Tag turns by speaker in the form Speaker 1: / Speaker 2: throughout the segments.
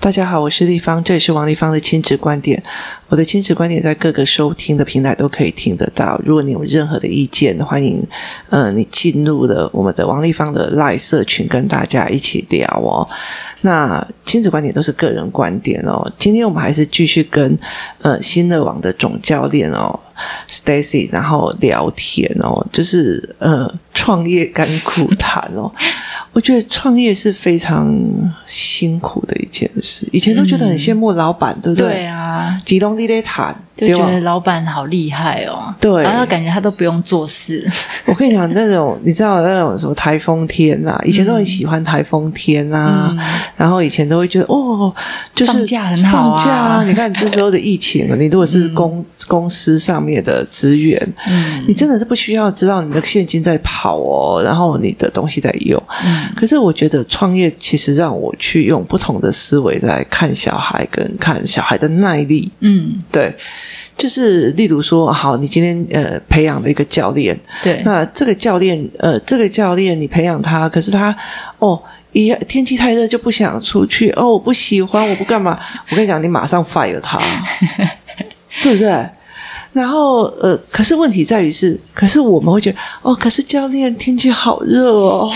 Speaker 1: 大家好，我是立方，这里是王立方的亲子观点。我的亲子观点在各个收听的平台都可以听得到。如果你有任何的意见，欢迎，呃，你进入了我们的王立方的 Live 社群，跟大家一起聊哦。那亲子观点都是个人观点哦。今天我们还是继续跟呃新乐网的总教练哦 Stacy，然后聊天哦，就是呃创业甘苦谈哦。我觉得创业是非常辛苦的一件事，以前都觉得很羡慕老板，对不对？
Speaker 2: 对啊，
Speaker 1: 吉隆地雷塔，
Speaker 2: 就
Speaker 1: 对
Speaker 2: 觉得
Speaker 1: 吧？
Speaker 2: 老板好厉害哦。
Speaker 1: 对
Speaker 2: 然后感觉他都不用做事。
Speaker 1: 我跟你讲，那种你知道那种什么台风天呐、以前都很喜欢台风天啊，然后以前都会觉得哦，就是
Speaker 2: 嗯放假很好啊
Speaker 1: 放假你看这时候的疫情，你如果是公、公司上面的资源，
Speaker 2: 嗯
Speaker 1: 你真的是不需要知道你的现金在跑哦，然后你的东西在用。
Speaker 2: 嗯
Speaker 1: 可是我觉得创业其实让我去用不同的思维在看小孩，跟看小孩的耐力。
Speaker 2: 嗯，
Speaker 1: 对，就是例如说，好，你今天呃培养了一个教练，
Speaker 2: 对，
Speaker 1: 那这个教练呃这个教练你培养他，可是他哦。一天气太热就不想出去哦，我不喜欢，我不干嘛。我跟你讲，你马上 fire 他，对不对？然后呃，可是问题在于是，可是我们会觉得哦，可是教练天气好热 哦，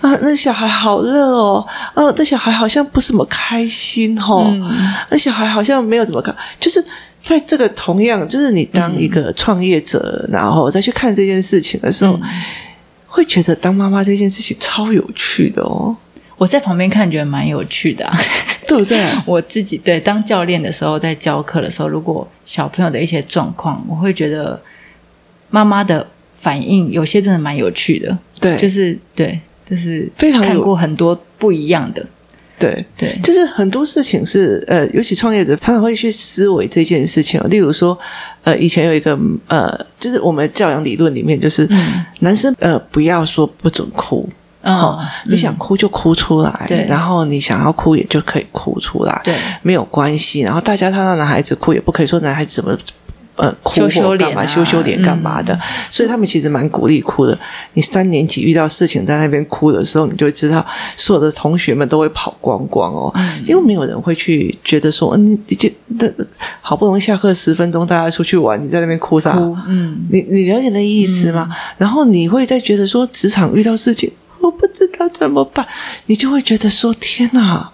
Speaker 1: 啊，那小孩好热哦，哦、那小孩好像不怎么开心哦，
Speaker 2: 嗯
Speaker 1: 那小孩好像没有怎么看，就是在这个同样，就是你当一个创业者，然后再去看这件事情的时候，
Speaker 2: 嗯
Speaker 1: 会觉得当妈妈这件事情超有趣的哦，
Speaker 2: 我在旁边看觉得蛮有趣的啊、
Speaker 1: 对不对？
Speaker 2: 我自己对当教练的时候，在教课的时候，如果小朋友的一些状况，我会觉得妈妈的反应有些真的蛮有趣的，
Speaker 1: 对，
Speaker 2: 就是对，就是
Speaker 1: 非常有
Speaker 2: 看过很多不一样的，
Speaker 1: 对。
Speaker 2: 对，
Speaker 1: 就是很多事情是呃，尤其创业者常常会去思维这件事情、哦。例如说，呃，以前有一个呃，就是我们教养理论里面，就是、
Speaker 2: 嗯
Speaker 1: 男生呃不要说不准哭，哦
Speaker 2: 嗯，，
Speaker 1: 你想哭就哭出来，
Speaker 2: 对
Speaker 1: 然后你想要哭也就可以哭出来，
Speaker 2: 对，
Speaker 1: 没有关系。然后大家看到男孩子哭，也不可以说男孩子怎么。呃，哭
Speaker 2: 羞羞
Speaker 1: 或干
Speaker 2: 脸
Speaker 1: 嘛
Speaker 2: 啊嗯
Speaker 1: 羞羞脸干嘛的？所以他们其实蛮鼓励哭的。你三年级遇到事情在那边哭的时候，你就会知道所有的同学们都会跑光光哦，
Speaker 2: 嗯
Speaker 1: 因为没有人会去觉得说，嗯，你你这这好不容易下课十分钟，大家出去玩，你在那边哭啥？
Speaker 2: 哭，嗯，
Speaker 1: 你你了解那意思吗？然后你会再觉得说，职场遇到事情，我不知道怎么办，你就会觉得说，天哪，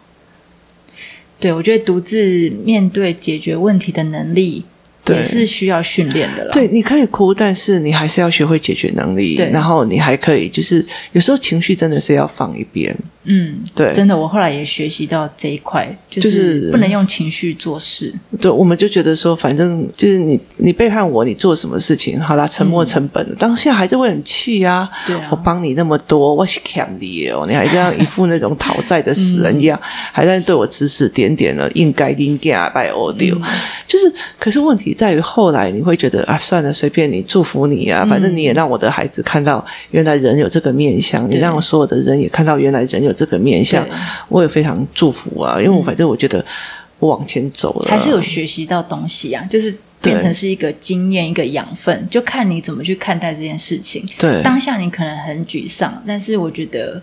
Speaker 2: 对，我觉得独自面对解决问题的能力
Speaker 1: 对
Speaker 2: 也是需要训练的啦。
Speaker 1: 对，你可以哭，但是你还是要学会解决能力
Speaker 2: 对，
Speaker 1: 然后你还可以就是有时候情绪真的是要放一边，
Speaker 2: 嗯，
Speaker 1: 对
Speaker 2: 真的，我后来也学习到这一块，就
Speaker 1: 就是
Speaker 2: 是不能用情绪做事。
Speaker 1: 对，我们就觉得说，反正就是你你背叛我，你做什么事情，好啦，沉没成本，当下还是会很气啊。
Speaker 2: 嗯对啊
Speaker 1: 我帮你那么多，我是欠你的哦，你还这样一副那种讨债的死人一样，
Speaker 2: 嗯
Speaker 1: 还在对我指指点点的，应该应该啊拜欧
Speaker 2: 嗯
Speaker 1: 丢。就是，可是问题在于后来你会觉得啊，算了，随便你，祝福你
Speaker 2: 嗯
Speaker 1: 啊，反正你也让我的孩子看到原来人有这个面相，你
Speaker 2: 对
Speaker 1: 让所有的人也看到原来人有这个面相
Speaker 2: 对，嗯
Speaker 1: 我也非常祝福啊，因为我反正我觉得。我往前走了，
Speaker 2: 还是有学习到东西啊，就是
Speaker 1: 啊对
Speaker 2: 变成是一个经验、一个养分，就看你怎么去看待这件事情。
Speaker 1: 对，
Speaker 2: 当下你可能很沮丧，但是我觉得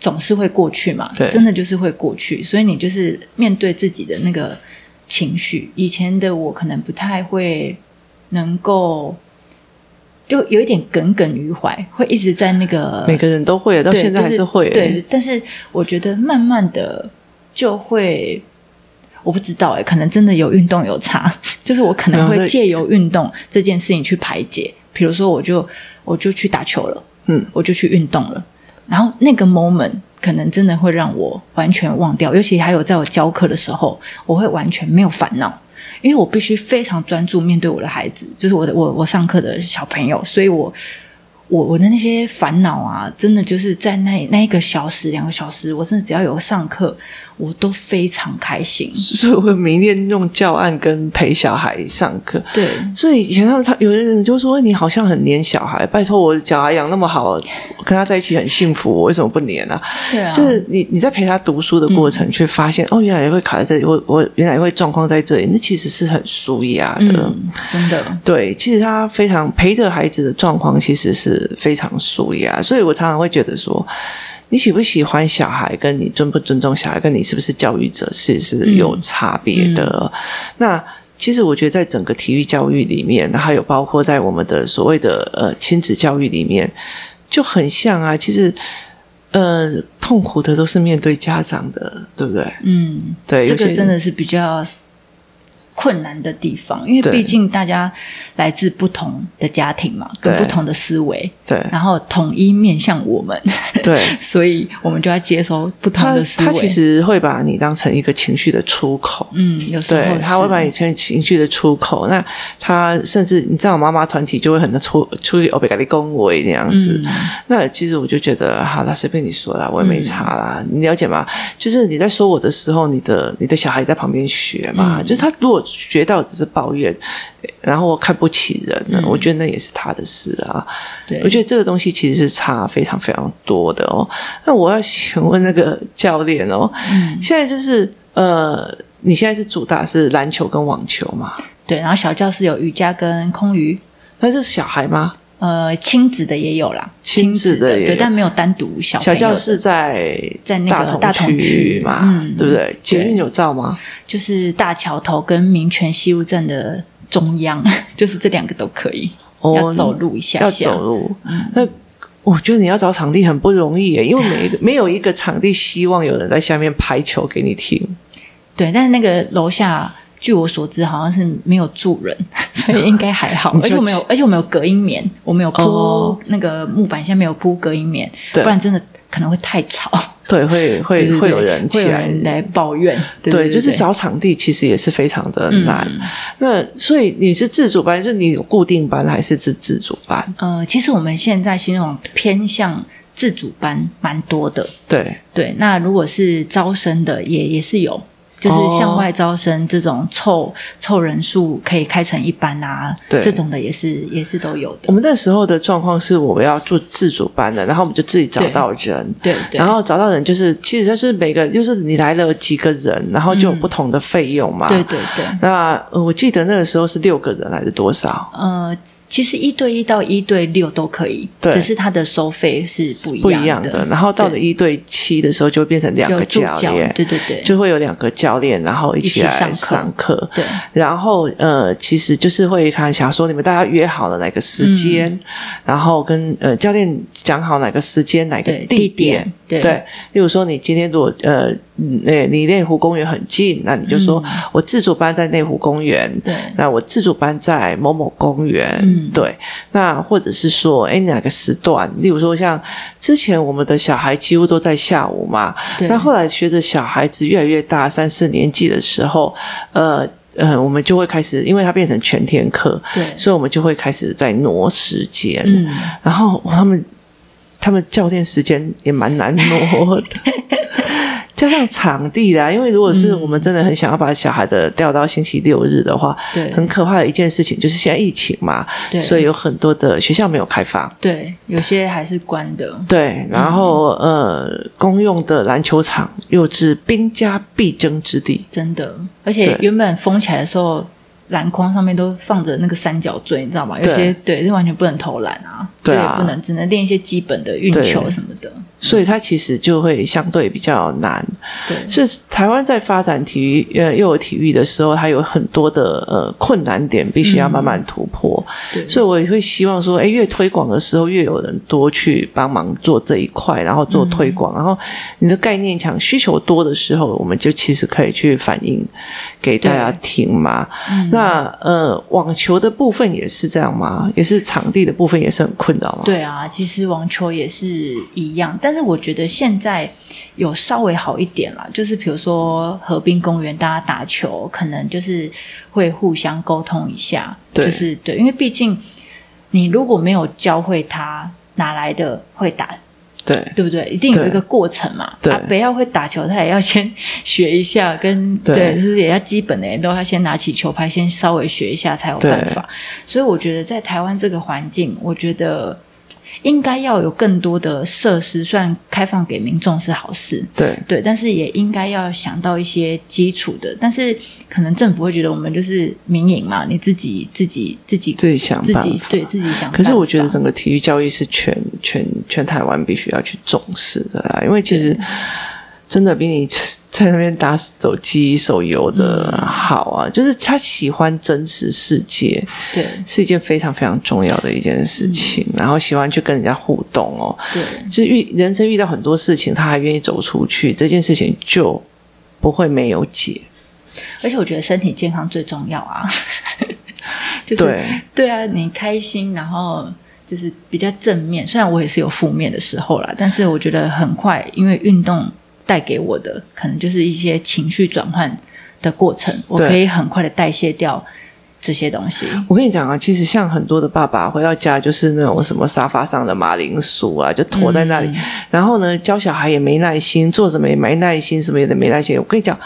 Speaker 2: 总是会过去嘛
Speaker 1: 对，
Speaker 2: 真的就是会过去，所以你就是面对自己的那个情绪。以前的我可能不太会能够。就有一点耿耿于怀，会一直在那个
Speaker 1: 每个人都会，到
Speaker 2: 呃对
Speaker 1: 现在还
Speaker 2: 就是
Speaker 1: 会。
Speaker 2: 对，但是我觉得慢慢的就会，我不知道哎、可能真的有运动有差，就是我可
Speaker 1: 没有
Speaker 2: 能
Speaker 1: 这
Speaker 2: 会借由运动这件事情去排解。比如说，我就我就去打球了，
Speaker 1: 嗯，
Speaker 2: 我就去运动了，然后那个 moment 可能真的会让我完全忘掉，尤其还有在我教课的时候，我会完全没有烦恼。因为我必须非常专注面对我的孩子，就是我的我我上课的小朋友，所以我我我的那些烦恼啊，真的就是在那那一个小时两个小时，我真的只要有上课，我都非常开心。
Speaker 1: 所以我迷恋用教案跟陪小孩上课。
Speaker 2: 对，
Speaker 1: 所以以前他们他有的人就说你好像很黏小孩，拜托我小孩养那么好，我跟他在一起很幸福，我为什么不黏啊？
Speaker 2: 对啊，嗯
Speaker 1: 就是你你在陪他读书的过程，却发现、哦，原来会卡在这里，我我原来会状况在这里，那其实是很舒压的。
Speaker 2: 嗯，真的，
Speaker 1: 对，其实他非常陪着孩子的状况，其实是非常舒压，所以我常常会觉得说，你喜不喜欢小孩，跟你尊不尊重小孩，跟你是不是教育者是是
Speaker 2: 嗯
Speaker 1: 有差别的。那其实我觉得，在整个体育教育里面，还有包括在我们的所谓的呃亲子教育里面，就很像啊。其实，呃，痛苦的都是面对家长的，对不对？
Speaker 2: 嗯，
Speaker 1: 对，
Speaker 2: 这
Speaker 1: 有
Speaker 2: 个
Speaker 1: 些
Speaker 2: 真的是比较困难的地方，因为
Speaker 1: 对
Speaker 2: 毕竟大家来自不同的家庭嘛，
Speaker 1: 对
Speaker 2: 跟不同的思维，
Speaker 1: 对
Speaker 2: 然后统一面向我们，
Speaker 1: 对。
Speaker 2: 所以我们就要接收不同
Speaker 1: 他
Speaker 2: 的思维。
Speaker 1: 他其实会把你当成一个情绪的出口，
Speaker 2: 嗯，有时候
Speaker 1: 对，他会
Speaker 2: 是
Speaker 1: 把你情情绪的出口。那他甚至你知道，妈妈团体就会很多出出去欧北咖喱恭维那样子。
Speaker 2: 嗯
Speaker 1: 那其实我就觉得，好啦，随便你说啦，我也没差啦。你了解吗？就是你在说我的时候，你的你的小孩在旁边学嘛，
Speaker 2: 嗯
Speaker 1: 就是他如果学到只是抱怨，然后看不起人呢，
Speaker 2: 嗯
Speaker 1: 我觉得那也是他的事啊。
Speaker 2: 对，
Speaker 1: 我觉得这个东西其实是差非常非常多的哦。那我要请问那个教练哦，
Speaker 2: 嗯
Speaker 1: 现在就是呃，你现在是主打是篮球跟网球嘛？
Speaker 2: 对，然后小教室有瑜伽跟空余。
Speaker 1: 那是小孩吗？
Speaker 2: 呃，亲子的也有啦，
Speaker 1: 亲
Speaker 2: 亲
Speaker 1: 子的也有
Speaker 2: 对，但没有单独小
Speaker 1: 小
Speaker 2: 朋友
Speaker 1: 教
Speaker 2: 的
Speaker 1: 室在
Speaker 2: 在那个
Speaker 1: 大
Speaker 2: 大
Speaker 1: 同
Speaker 2: 同区
Speaker 1: 嘛，
Speaker 2: 嗯
Speaker 1: 对不对？捷运
Speaker 2: 对
Speaker 1: 有照吗？
Speaker 2: 就是大桥头跟民权西路站的中央， 就是这两个都可以，
Speaker 1: 哦
Speaker 2: 要走路一下
Speaker 1: 要
Speaker 2: 下，嗯
Speaker 1: 走路。那我觉得你要找场地很不容易耶，因为每 没有一个场地希望有人在下面排球给你听。
Speaker 2: 对，但是那个楼下，据我所知，好像是没有住人， 所以应该还好
Speaker 1: 你。就
Speaker 2: 而且我们有，而且我们有隔音棉，我们有铺、
Speaker 1: 哦
Speaker 2: 那个木板下面有铺隔音棉，
Speaker 1: 对
Speaker 2: 不然真的可能会太吵，
Speaker 1: 对，会会
Speaker 2: 对对对
Speaker 1: 会有人
Speaker 2: 会
Speaker 1: 起
Speaker 2: 有
Speaker 1: 来
Speaker 2: 人来抱怨。对对
Speaker 1: 对，
Speaker 2: 对
Speaker 1: 就是
Speaker 2: 对
Speaker 1: 找场地其实也是非常的
Speaker 2: 嗯
Speaker 1: 难。那所以你是自主班，是你有固定班还是自自主班？
Speaker 2: 呃，其实我们现在新种偏向自主班蛮多的，
Speaker 1: 对，
Speaker 2: 对，那如果是招生的也也是有，就是
Speaker 1: 哦
Speaker 2: 向外招生这种凑凑人数可以开成一班啊，
Speaker 1: 对
Speaker 2: 这种的也是也是都有
Speaker 1: 我
Speaker 2: 的。
Speaker 1: 们那时候的状况是，我们要做自主班的，然后我们就自己找到人。
Speaker 2: 对对
Speaker 1: 然后找到人就是，其实就是每个就是你来了几个人，然后就有不同的费用嘛。
Speaker 2: 对对嗯对，
Speaker 1: 那呃我记得那个时候是六个人还是多少？
Speaker 2: 呃，其实一对一到一对六都可以，
Speaker 1: 对
Speaker 2: 只是它的收费是不一
Speaker 1: 不一样
Speaker 2: 样
Speaker 1: 的。然后到了一对七的时候，就变成两
Speaker 2: 有
Speaker 1: 个
Speaker 2: 助
Speaker 1: 教
Speaker 2: 教
Speaker 1: 练，，
Speaker 2: 对对对，
Speaker 1: 就会有两个教练，然后一起
Speaker 2: 一起
Speaker 1: 来
Speaker 2: 上课
Speaker 1: 上课。
Speaker 2: 对
Speaker 1: 然后呃，其实就是会看想说你们大家约好了哪个时间，
Speaker 2: 嗯
Speaker 1: 然后跟呃教练讲好哪个时间哪个
Speaker 2: 对
Speaker 1: 地
Speaker 2: 地点对
Speaker 1: 例如说你今天如果呃嗯呃离内湖公园很近，那你就说、我自主班在内湖公园。
Speaker 2: 嗯对
Speaker 1: 那我自主班在某某公园，
Speaker 2: 嗯
Speaker 1: 对，那或者是说，哎，哪个时段？例如说，像之前我们的小孩几乎都在下午嘛，
Speaker 2: 对，
Speaker 1: 那后来随着小孩子越来越大，三四年级的时候，呃呃，我们就会开始，因为它变成全天课，
Speaker 2: 对
Speaker 1: 所以我们就会开始在挪时间。
Speaker 2: 嗯，
Speaker 1: 然后他们他们教练时间也蛮难挪 的。加上场地啦，因为如果是
Speaker 2: 嗯
Speaker 1: 我们真的很想要把小孩的调到星期六日的话，
Speaker 2: 对
Speaker 1: 很可怕的一件事情就是现在疫情嘛，
Speaker 2: 对
Speaker 1: 所以有很多的学校没有开放，
Speaker 2: 对，有些还是关的，
Speaker 1: 对，然后、呃，公用的篮球场又是兵家必争之地，
Speaker 2: 真的，而且
Speaker 1: 对
Speaker 2: 原本封起来的时候，篮筐上面都放着那个三角锥，你知道吗？
Speaker 1: 对
Speaker 2: 有些对，是完全不能投篮啊，
Speaker 1: 对啊
Speaker 2: 就也不能，只能练一些基本的运球什么的。
Speaker 1: 所以它其实就会相对比较难。
Speaker 2: 对，
Speaker 1: 所以台湾在发展体育呃幼儿体育的时候，它有很多的呃困难点，必须要慢慢突破。
Speaker 2: 对
Speaker 1: 所以我也会希望说，哎，越推广的时候，越有人多去帮忙做这一块，然后做推广，然后你的概念强，需求多的时候，我们就其实可以去反映给大家听嘛。
Speaker 2: 嗯
Speaker 1: 那呃，网球的部分也是这样吗？也是场地的部分也是很困扰吗？
Speaker 2: 对啊，其实网球也是一样，但是我觉得现在有稍微好一点啦，就是比如说河滨公园大家打球，可能就是会互相沟通一下，
Speaker 1: 对
Speaker 2: 就是对，因为毕竟你如果没有教会他，哪来的会打
Speaker 1: 对
Speaker 2: 对不对？一定有一个过程嘛。
Speaker 1: 对
Speaker 2: 啊，不要会打球，他也要先 学一下，跟
Speaker 1: 对
Speaker 2: 是不是也要基本的都要先拿起球拍，先稍微学一下才有办法。所以我觉得在台湾这个环境，我觉得应该要有更多的设施，虽然开放给民众是好事，
Speaker 1: 对
Speaker 2: 对，但是也应该要想到一些基础的。但是可能政府会觉得我们就是民营嘛，你自己自己自己
Speaker 1: 自己想
Speaker 2: 自己
Speaker 1: 办法
Speaker 2: 对自己想办法。
Speaker 1: 可是我觉得整个体育教育是全全全台湾必须要去重视的啦，因为其实真的比你 在那边打手机手游的
Speaker 2: 嗯
Speaker 1: 好啊，就是他喜欢真实世界，
Speaker 2: 对嗯
Speaker 1: 是一件非常非常重要的一件事情，然后喜欢去跟人家互动哦，
Speaker 2: 对
Speaker 1: 就是遇人生遇到很多事情，他还愿意走出去，这件事情就不会没有解，
Speaker 2: 而且我觉得身体健康最重要啊， 就是
Speaker 1: 对
Speaker 2: 对啊，你开心，然后就是比较正面。虽然我也是有负面的时候啦，但是我觉得很快，因为运动带给我的可能就是一些情绪转换的过程，我
Speaker 1: 对
Speaker 2: 可以很快的代谢掉这些东西。
Speaker 1: 我跟你讲啊，其实像很多的爸爸回到家就是那种什么沙发上的马铃薯啊，就驮在那里，然后呢教小孩也没耐心，做什么也没耐心，什么也得没耐心。我跟你讲，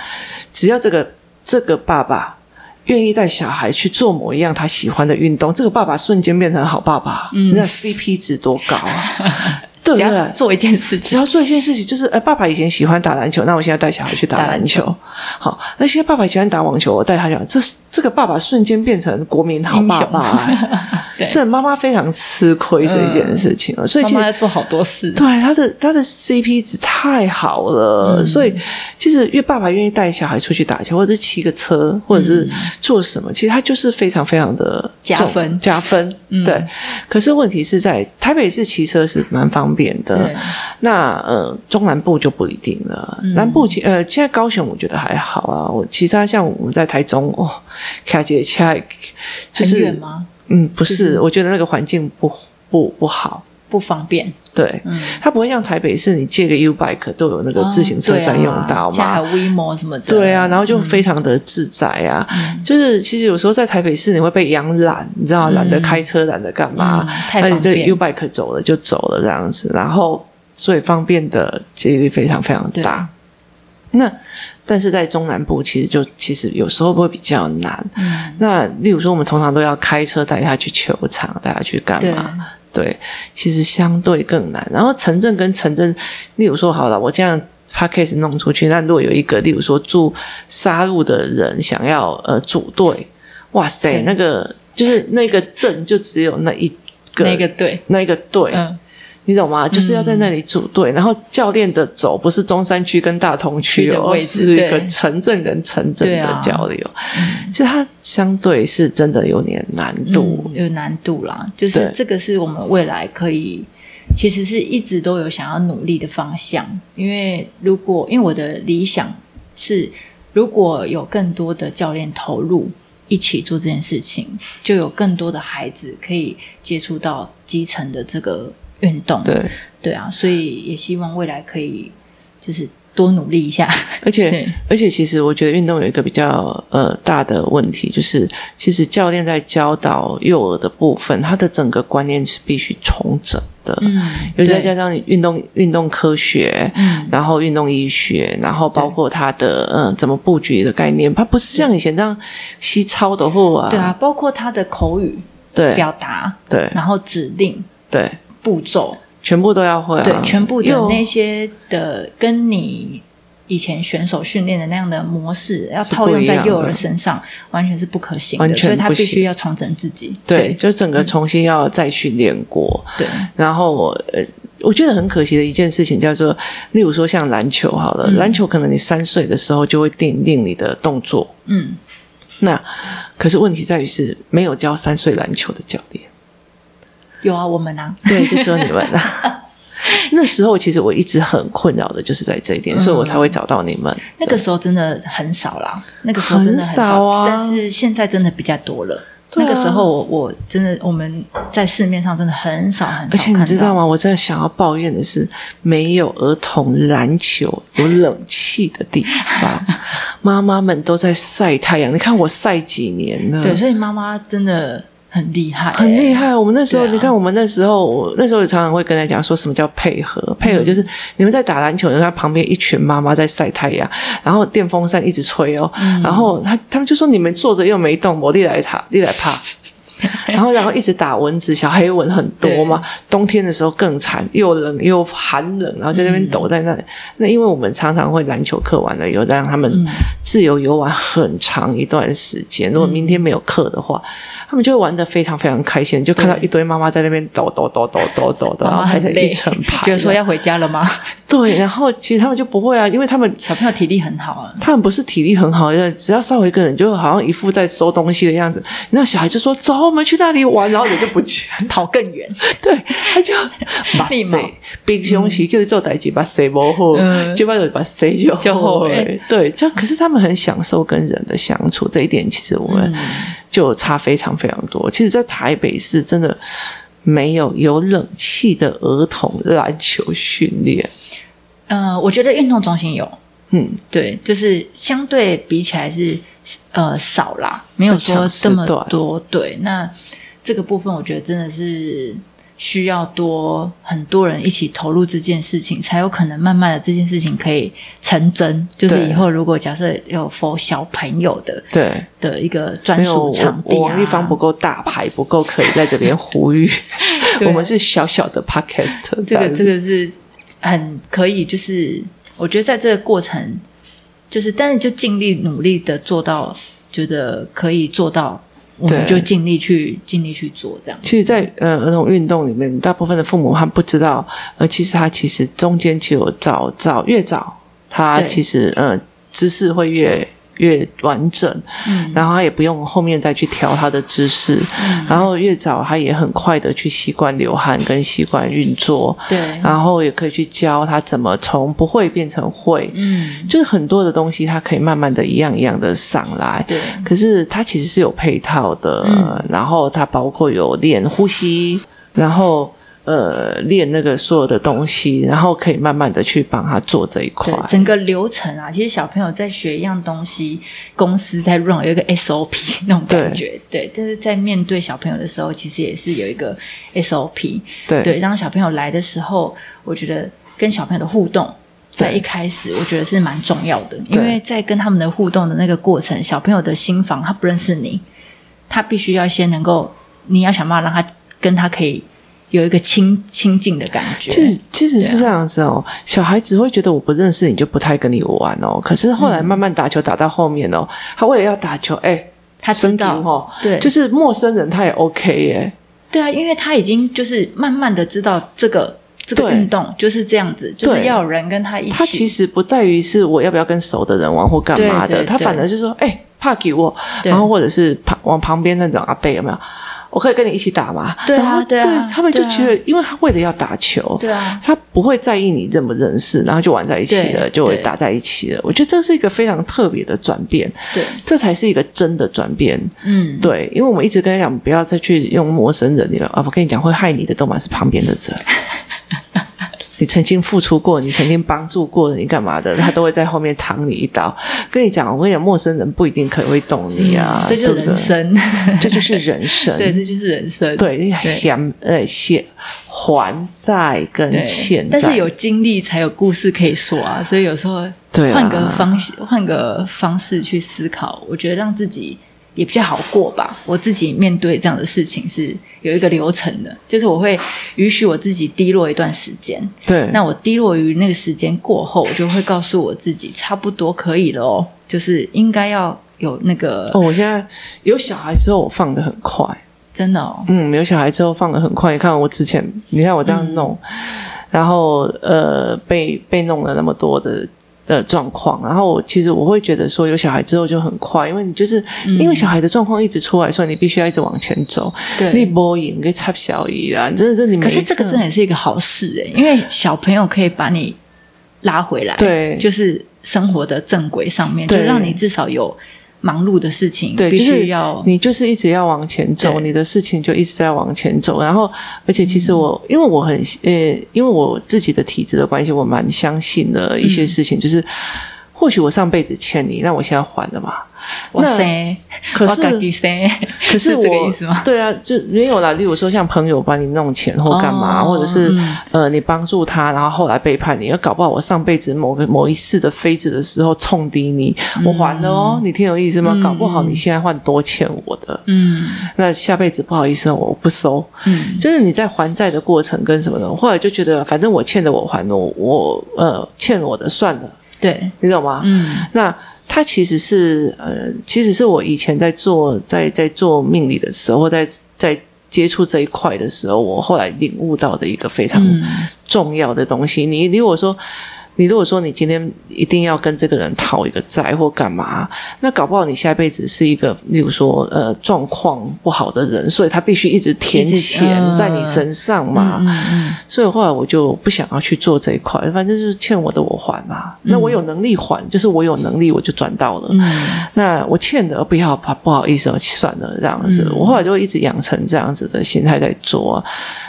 Speaker 1: 只要这个这个爸爸愿意带小孩去做某一样他喜欢的运动，这个爸爸瞬间变成好爸爸，嗯、那 CP 值多高啊，对
Speaker 2: 只
Speaker 1: 不
Speaker 2: 要
Speaker 1: 对？
Speaker 2: 做一件事
Speaker 1: 只
Speaker 2: 情，
Speaker 1: 要做一件事情，就是呃，爸爸以前喜欢打篮球，那我现在带小孩去打篮球。
Speaker 2: 打
Speaker 1: 好，那现在爸爸喜欢打网球，我带他讲，这这个爸爸瞬间变成国民好爸爸、哎
Speaker 2: 对
Speaker 1: 这妈妈非常吃亏这一件事情啊、所以
Speaker 2: 妈
Speaker 1: 其
Speaker 2: 妈
Speaker 1: 实
Speaker 2: 要做好多事。
Speaker 1: 对他的他的 CP 值太好了，
Speaker 2: 嗯
Speaker 1: 所以其实因为爸爸愿意带小孩出去打球，或者是骑个车，或者是做什么，其实他就是非常非常的
Speaker 2: 嗯加分嗯
Speaker 1: 加分。对，可是问题是在台北市骑车是蛮方便的
Speaker 2: 对，
Speaker 1: 那呃中南部就不一定了。
Speaker 2: 嗯
Speaker 1: 南部其呃现在高雄我觉得还好啊，我其他像我们在台中哦，开姐恰就
Speaker 2: 很
Speaker 1: 是
Speaker 2: 远吗？
Speaker 1: 嗯不是，我觉得那个环境不不不好。
Speaker 2: 不方便。嗯
Speaker 1: 对，它不会像台北市，你借个 U bike 都有那个自行车专用道
Speaker 2: 哦啊现在还
Speaker 1: 嘛。
Speaker 2: 有 WeMo 什么的。
Speaker 1: 对啊，然后就非常的自在啊，
Speaker 2: 嗯
Speaker 1: 就是其实有时候在台北市你会被养懒，你知道懒得开车，懒得干嘛
Speaker 2: 嗯，太
Speaker 1: 那你
Speaker 2: 方
Speaker 1: 就
Speaker 2: 便
Speaker 1: U bike 走了就走了这样子，然后所以方便的几率非常非常
Speaker 2: 对
Speaker 1: 大。那但是在中南部，其实就其实有时候会比较难。
Speaker 2: 嗯
Speaker 1: 那例如说，我们通常都要开车带他去球场，带他去干
Speaker 2: 对
Speaker 1: 嘛？对，其实相对更难。然后城镇跟城镇，例如说好了，我这样 podcast 弄出去，那如果有一个例如说住沙鹿的人想要呃组队，哇塞
Speaker 2: 对，
Speaker 1: 那个就是那个镇就只有那一个
Speaker 2: 那个对，
Speaker 1: 那一个队，
Speaker 2: 嗯，
Speaker 1: 你懂吗？就是要在那里组队，然后教练的走不是中山区跟大同区
Speaker 2: 区的
Speaker 1: 哦，
Speaker 2: 位
Speaker 1: 是
Speaker 2: 置
Speaker 1: 一个
Speaker 2: 对
Speaker 1: 城镇跟城镇
Speaker 2: 对
Speaker 1: 的
Speaker 2: 啊
Speaker 1: 交流，其实它相对是真的有点难度。
Speaker 2: 嗯有难度啦，就
Speaker 1: 对
Speaker 2: 是这个是我们未来可以，其实是一直都有想要努力的方向。因为如果因为我的理想是，如果有更多的教练投入一起做这件事情，就有更多的孩子可以接触到基层的这个运动。
Speaker 1: 对，
Speaker 2: 对啊，所以也希望未来可以就是多努力一下。
Speaker 1: 而且
Speaker 2: 对
Speaker 1: 而且，其实我觉得运动有一个比较呃大的问题，就是其实教练在教导幼儿的部分，他的整个观念是必须重整的。
Speaker 2: 嗯
Speaker 1: 尤其再加上运动运动科学，
Speaker 2: 嗯
Speaker 1: 然后运动医学，然后包括它的嗯怎么布局的概念，它不是像以前这样西抄的货啊，
Speaker 2: 对啊，包括他的口语
Speaker 1: 对
Speaker 2: 表达，
Speaker 1: 对
Speaker 2: 然后指令
Speaker 1: 对，
Speaker 2: 步骤，
Speaker 1: 全部都要会啊，
Speaker 2: 对，全部的
Speaker 1: 幼
Speaker 2: 那些的跟你以前选手训练的那样的模式，要
Speaker 1: 是
Speaker 2: 套
Speaker 1: 不
Speaker 2: 用
Speaker 1: 一
Speaker 2: 在
Speaker 1: 样
Speaker 2: 幼
Speaker 1: 的
Speaker 2: 儿身上，完全是不可行
Speaker 1: 完
Speaker 2: 的，
Speaker 1: 全
Speaker 2: 所以他
Speaker 1: 不
Speaker 2: 必
Speaker 1: 行
Speaker 2: 须要重整自己。
Speaker 1: 对，就整个重新要再训练过，
Speaker 2: 对，
Speaker 1: 然后呃，我觉得很可惜的一件事情叫做，例如说像篮球好
Speaker 2: 嗯
Speaker 1: 了，篮球可能你三岁的时候就会定定你的动作，
Speaker 2: 嗯，
Speaker 1: 那可是问题在于是没有教三岁篮球的教练，
Speaker 2: 有啊，我们啊，
Speaker 1: 对，就只有你们啦。 那时候其实我一直很困扰的就是在这一点，所以我才会
Speaker 2: 嗯
Speaker 1: 找到你们。
Speaker 2: 那个时候真的很少啦，那个时候真的很
Speaker 1: 很少啊
Speaker 2: 但是现在真的比较多了。
Speaker 1: 对啊
Speaker 2: 那个时候我我真的我们在市面上真的很少很
Speaker 1: 而
Speaker 2: 少
Speaker 1: 且
Speaker 2: 看到，
Speaker 1: 你知道吗？我真的想要抱怨的是，没有儿童篮球有冷气的地方，妈妈们都在晒太阳。你看我晒几年了？
Speaker 2: 对，所以妈妈真的很厉害、
Speaker 1: 很厉。害。我们那时候，
Speaker 2: 对啊
Speaker 1: 你看我们那时候，我那时候也常常会跟他讲说什么叫配合，
Speaker 2: 嗯
Speaker 1: 配合就是你们在打篮球，你看旁边一群妈妈在晒太阳，然后电风扇一
Speaker 2: 嗯
Speaker 1: 直吹哦，然后他他们就说你们坐着又没动，我立来塔立来怕。然后然后一直打蚊子，小黑蚊很多嘛，冬天的时候更惨，又冷又寒冷，然后在那
Speaker 2: 嗯
Speaker 1: 边抖在那里。那因为我们常常会篮球课完了以后，让他
Speaker 2: 嗯
Speaker 1: 们自由游玩很长一段时间。如果明天没有课的话，他们就会玩的非常非常开心，就看到一堆妈妈在那边抖抖抖抖抖抖抖，然
Speaker 2: 妈
Speaker 1: 后
Speaker 2: 妈
Speaker 1: 排成
Speaker 2: 很
Speaker 1: 一
Speaker 2: 累
Speaker 1: 整排，，
Speaker 2: 觉得说要回家了 吗？
Speaker 1: 对，然后其实他们就不会啊，因为他们
Speaker 2: 小朋友体力很好啊，
Speaker 1: 他们不是体力很好，只要稍微一个人就好像一副在收东西的样子。那小孩就说：“走，我们去那里玩。”然后人就不见。
Speaker 2: 跑更远，
Speaker 1: 对，他就 把
Speaker 2: 立马
Speaker 1: 谁冰凶器就是做代志，把谁磨好
Speaker 2: 嗯，
Speaker 1: 就把把谁就
Speaker 2: 就
Speaker 1: 好
Speaker 2: 好欸。
Speaker 1: 对，这可是他们很享受跟人的相处，这一点其实我
Speaker 2: 嗯
Speaker 1: 们就差非常非常多。其实，在台北市真的没有有冷气的儿童篮球训练。
Speaker 2: 呃，我觉得运动中心有，
Speaker 1: 嗯，
Speaker 2: 对，就是相对比起来是呃少啦，没有说这么
Speaker 1: 抢时
Speaker 2: 多。对，那这个部分我觉得真的是需要多很多人一起投入这件事情，才有可能慢慢的这件事情可以成真。就是
Speaker 1: 对
Speaker 2: 以后如果假设有 for 小朋友的
Speaker 1: 对。
Speaker 2: 的一个专
Speaker 1: 没有，
Speaker 2: 属
Speaker 1: 我
Speaker 2: 场地、
Speaker 1: 我
Speaker 2: 啊，
Speaker 1: 王立芳不够大牌，不够可以在这边呼吁。
Speaker 2: 对啊
Speaker 1: 我们是小小的 podcast，
Speaker 2: 这个这
Speaker 1: 个
Speaker 2: 个是很可以，就是我觉得在这个过程，就是但是就尽力努力的做到，觉得可以做到，我们
Speaker 1: 对
Speaker 2: 就尽力去尽力去做这样。
Speaker 1: 其实在，呃儿童运动里面，大部分的父母他不知道，呃，其实他其实中间就有早早越早，他
Speaker 2: 对
Speaker 1: 其实呃知识会越越完整，
Speaker 2: 嗯，
Speaker 1: 然后他也不用后面再去调他的姿势，然后越早他也很快的去习惯流汗跟习惯运作，
Speaker 2: 对，
Speaker 1: 然后也可以去教他怎么从不会变成会，
Speaker 2: 嗯，
Speaker 1: 就是很多的东西，它可以慢慢的一样一样的上来。
Speaker 2: 对，
Speaker 1: 可是它其实是有配套的，
Speaker 2: 嗯
Speaker 1: 然后它包括有练呼吸，然后呃练那个所有的东西，然后可以慢慢的去帮他做这一块
Speaker 2: 对，。整个流程啊，其实小朋友在学一样东西，公司在 run 有一个 SOP 那种感觉，对。但是在面对小朋友的时候，其实也是有一个 SOP，
Speaker 1: 对
Speaker 2: 对，当小朋友来的时候，我觉得跟小朋友的互动。在
Speaker 1: 对
Speaker 2: 一开始，我觉得是蛮重要的，
Speaker 1: 对
Speaker 2: 因为在跟他们的互动的那个过程，小朋友的心房他不认识你，他必须要先能够，你要想办法让他跟他可以有一个亲亲近的感觉。
Speaker 1: 其实其实是这样子哦，小孩子会觉得我不认识你就不太跟你玩哦。可是后
Speaker 2: 嗯
Speaker 1: 来慢慢打球打到后面哦，他为了要打球，哎，
Speaker 2: 他知道
Speaker 1: 哦，
Speaker 2: 对
Speaker 1: 就是陌生人他也 OK 耶，
Speaker 2: 对啊，因为他已经就是慢慢的知道这个这个
Speaker 1: 对
Speaker 2: 运动就是这样子，就是要有人跟他一起。
Speaker 1: 他其实不在于是我要不要跟熟的人玩或干嘛
Speaker 2: 对
Speaker 1: 的，
Speaker 2: 对
Speaker 1: 他反而就是说，哎、怕给我，
Speaker 2: 对
Speaker 1: 然后或者是旁往旁边那种阿贝有没有？我可以跟你一起打嘛？
Speaker 2: 对啊
Speaker 1: 然后
Speaker 2: 对啊
Speaker 1: 他们就
Speaker 2: 对啊
Speaker 1: 觉得，因为他为了要打球，
Speaker 2: 对啊，
Speaker 1: 他不会在意你认不认识，然后就玩在一起了，
Speaker 2: 对
Speaker 1: 就会
Speaker 2: 对
Speaker 1: 打在一起了。我觉得这是一个非常特别的转变，
Speaker 2: 对，
Speaker 1: 这才是一个真的转变。
Speaker 2: 嗯，
Speaker 1: 对，因为我们一直跟他讲，不要再去用陌生人，你们啊，我跟你讲，会害你的都嘛是旁边的人。 你曾经付出过，你曾经帮助过，你干嘛的，他都会在后面捅你一刀。跟你讲，我跟你讲，陌生人不一定可能会懂你啊，
Speaker 2: 嗯这就是
Speaker 1: 对不
Speaker 2: 人生，
Speaker 1: 对， 这就是人生。
Speaker 2: 对，这就是人生，
Speaker 1: 对，你
Speaker 2: 对
Speaker 1: 还呃欠还债跟
Speaker 2: 对
Speaker 1: 欠债，
Speaker 2: 但是有经历才有故事可以说啊，所以有时候
Speaker 1: 对啊
Speaker 2: 换个方式，换个方式去思考，我觉得让自己。也比较好过吧。我自己面对这样的事情是有一个流程的，就是我会允许我自己低落一段时间，
Speaker 1: 对，
Speaker 2: 那我低落于那个时间过后，我就会告诉我自己，差不多可以了哦，就是应该要有那个、
Speaker 1: 哦，我现在有小孩之后，我放的很快。
Speaker 2: 真的哦，
Speaker 1: 嗯，有小孩之后放的很快。你看我之前，你看我这样弄，
Speaker 2: 嗯
Speaker 1: 然后呃被被弄了那么多的的状况，然后我其实我会觉得说，有小孩之后就很快，因为你就是、
Speaker 2: 嗯
Speaker 1: 因为小孩的状况一直出来，所以你必须要一直往前走。你
Speaker 2: 对。
Speaker 1: 波影给插小姨啊，真的是你每
Speaker 2: 可
Speaker 1: 一次。
Speaker 2: 是这个真的也是一个好事诶，因为小朋友可以把你拉回来，
Speaker 1: 对
Speaker 2: 就是生活的正轨上面，就
Speaker 1: 对
Speaker 2: 让你至少有忙碌的事情，
Speaker 1: 对，
Speaker 2: 必
Speaker 1: 就是
Speaker 2: 须要
Speaker 1: 你就是一直要往前走，
Speaker 2: 对嗯
Speaker 1: 你的事情就一直在往前走。然后，而且其实我、因为我很
Speaker 2: 嗯
Speaker 1: 呃，因为我自己的体质的关系，我蛮相信的一些事情，就是。或许我上辈子欠你，那我现在还了嘛。
Speaker 2: 哇
Speaker 1: 那
Speaker 2: 塞，
Speaker 1: 可是
Speaker 2: 我自己生
Speaker 1: 可是我
Speaker 2: 这个意思 吗？
Speaker 1: 对啊，就没有啦。例如说，像朋友帮你弄钱或干嘛，
Speaker 2: 哦
Speaker 1: 或者是、
Speaker 2: 嗯
Speaker 1: 呃，你帮助他，然后后来背叛你，而搞不好我上辈子某个某一次的飞子的时候冲低你，我还了哦，你听有意思吗？
Speaker 2: 嗯
Speaker 1: 搞不好你现在换多欠我的，
Speaker 2: 嗯
Speaker 1: 那下辈子不好意思哦，我不收。
Speaker 2: 嗯
Speaker 1: 就是你在还债的过程跟什么的，我后来就觉得反正我欠的我还了，我我呃欠我的算了，
Speaker 2: 对，
Speaker 1: 你懂吗？
Speaker 2: 嗯
Speaker 1: 那它其实是呃，其实是我以前在做在在做命理的时候，或在在接触这一块的时候，我后来领悟到的一个非常
Speaker 2: 嗯
Speaker 1: 重要的东西。你你如果说你如果说你今天一定要跟这个人讨一个债或干嘛，那搞不好你下辈子是一个，例如说呃状况不好的人，所以他必须一直填
Speaker 2: 一直
Speaker 1: 钱
Speaker 2: 嗯
Speaker 1: 在你身上嘛。
Speaker 2: 嗯嗯
Speaker 1: 所以后来我就不想要去做这一块，反正就是欠我的我还嘛。那我有能力还，就是我有能力我就转到了。
Speaker 2: 嗯
Speaker 1: 那我欠的不要吧，不好意思哦，算了这样子。
Speaker 2: 嗯
Speaker 1: 我后来就一直养成这样子的心态在做、啊。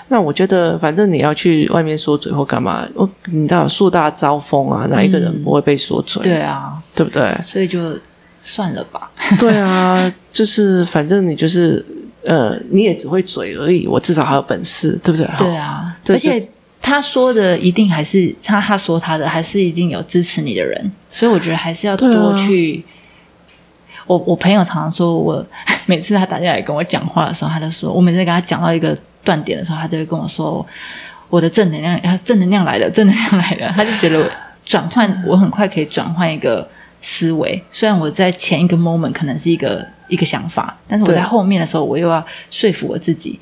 Speaker 1: 那我觉得，反正你要去外面说嘴或干嘛，我你知道树大招风啊，哪一个人不会被说嘴？
Speaker 2: 嗯对啊，
Speaker 1: 对不 对？
Speaker 2: 所以就算了吧。
Speaker 1: 对啊，就是反正你就是呃，你也只会嘴而已，我至少还有本事，对不对？
Speaker 2: 对啊，
Speaker 1: 这
Speaker 2: 而
Speaker 1: 就
Speaker 2: 且他说的一定还是他他说他的，还是一定有支持你的人，所以我觉得还是要
Speaker 1: 对啊
Speaker 2: 多去。我我朋友常常说我， 每次他打电话来跟我讲话的时候，他就说，我每次跟他讲到一个断点的时候，他就会跟我说，我的正能量，啊正能量来了，正能量来了，他就觉得我转换，我很快可以转换一个思维。虽然我在前一个 moment 可能是一个一个想法，但是我
Speaker 1: 对
Speaker 2: 在后面的时候，我又要说服我自己，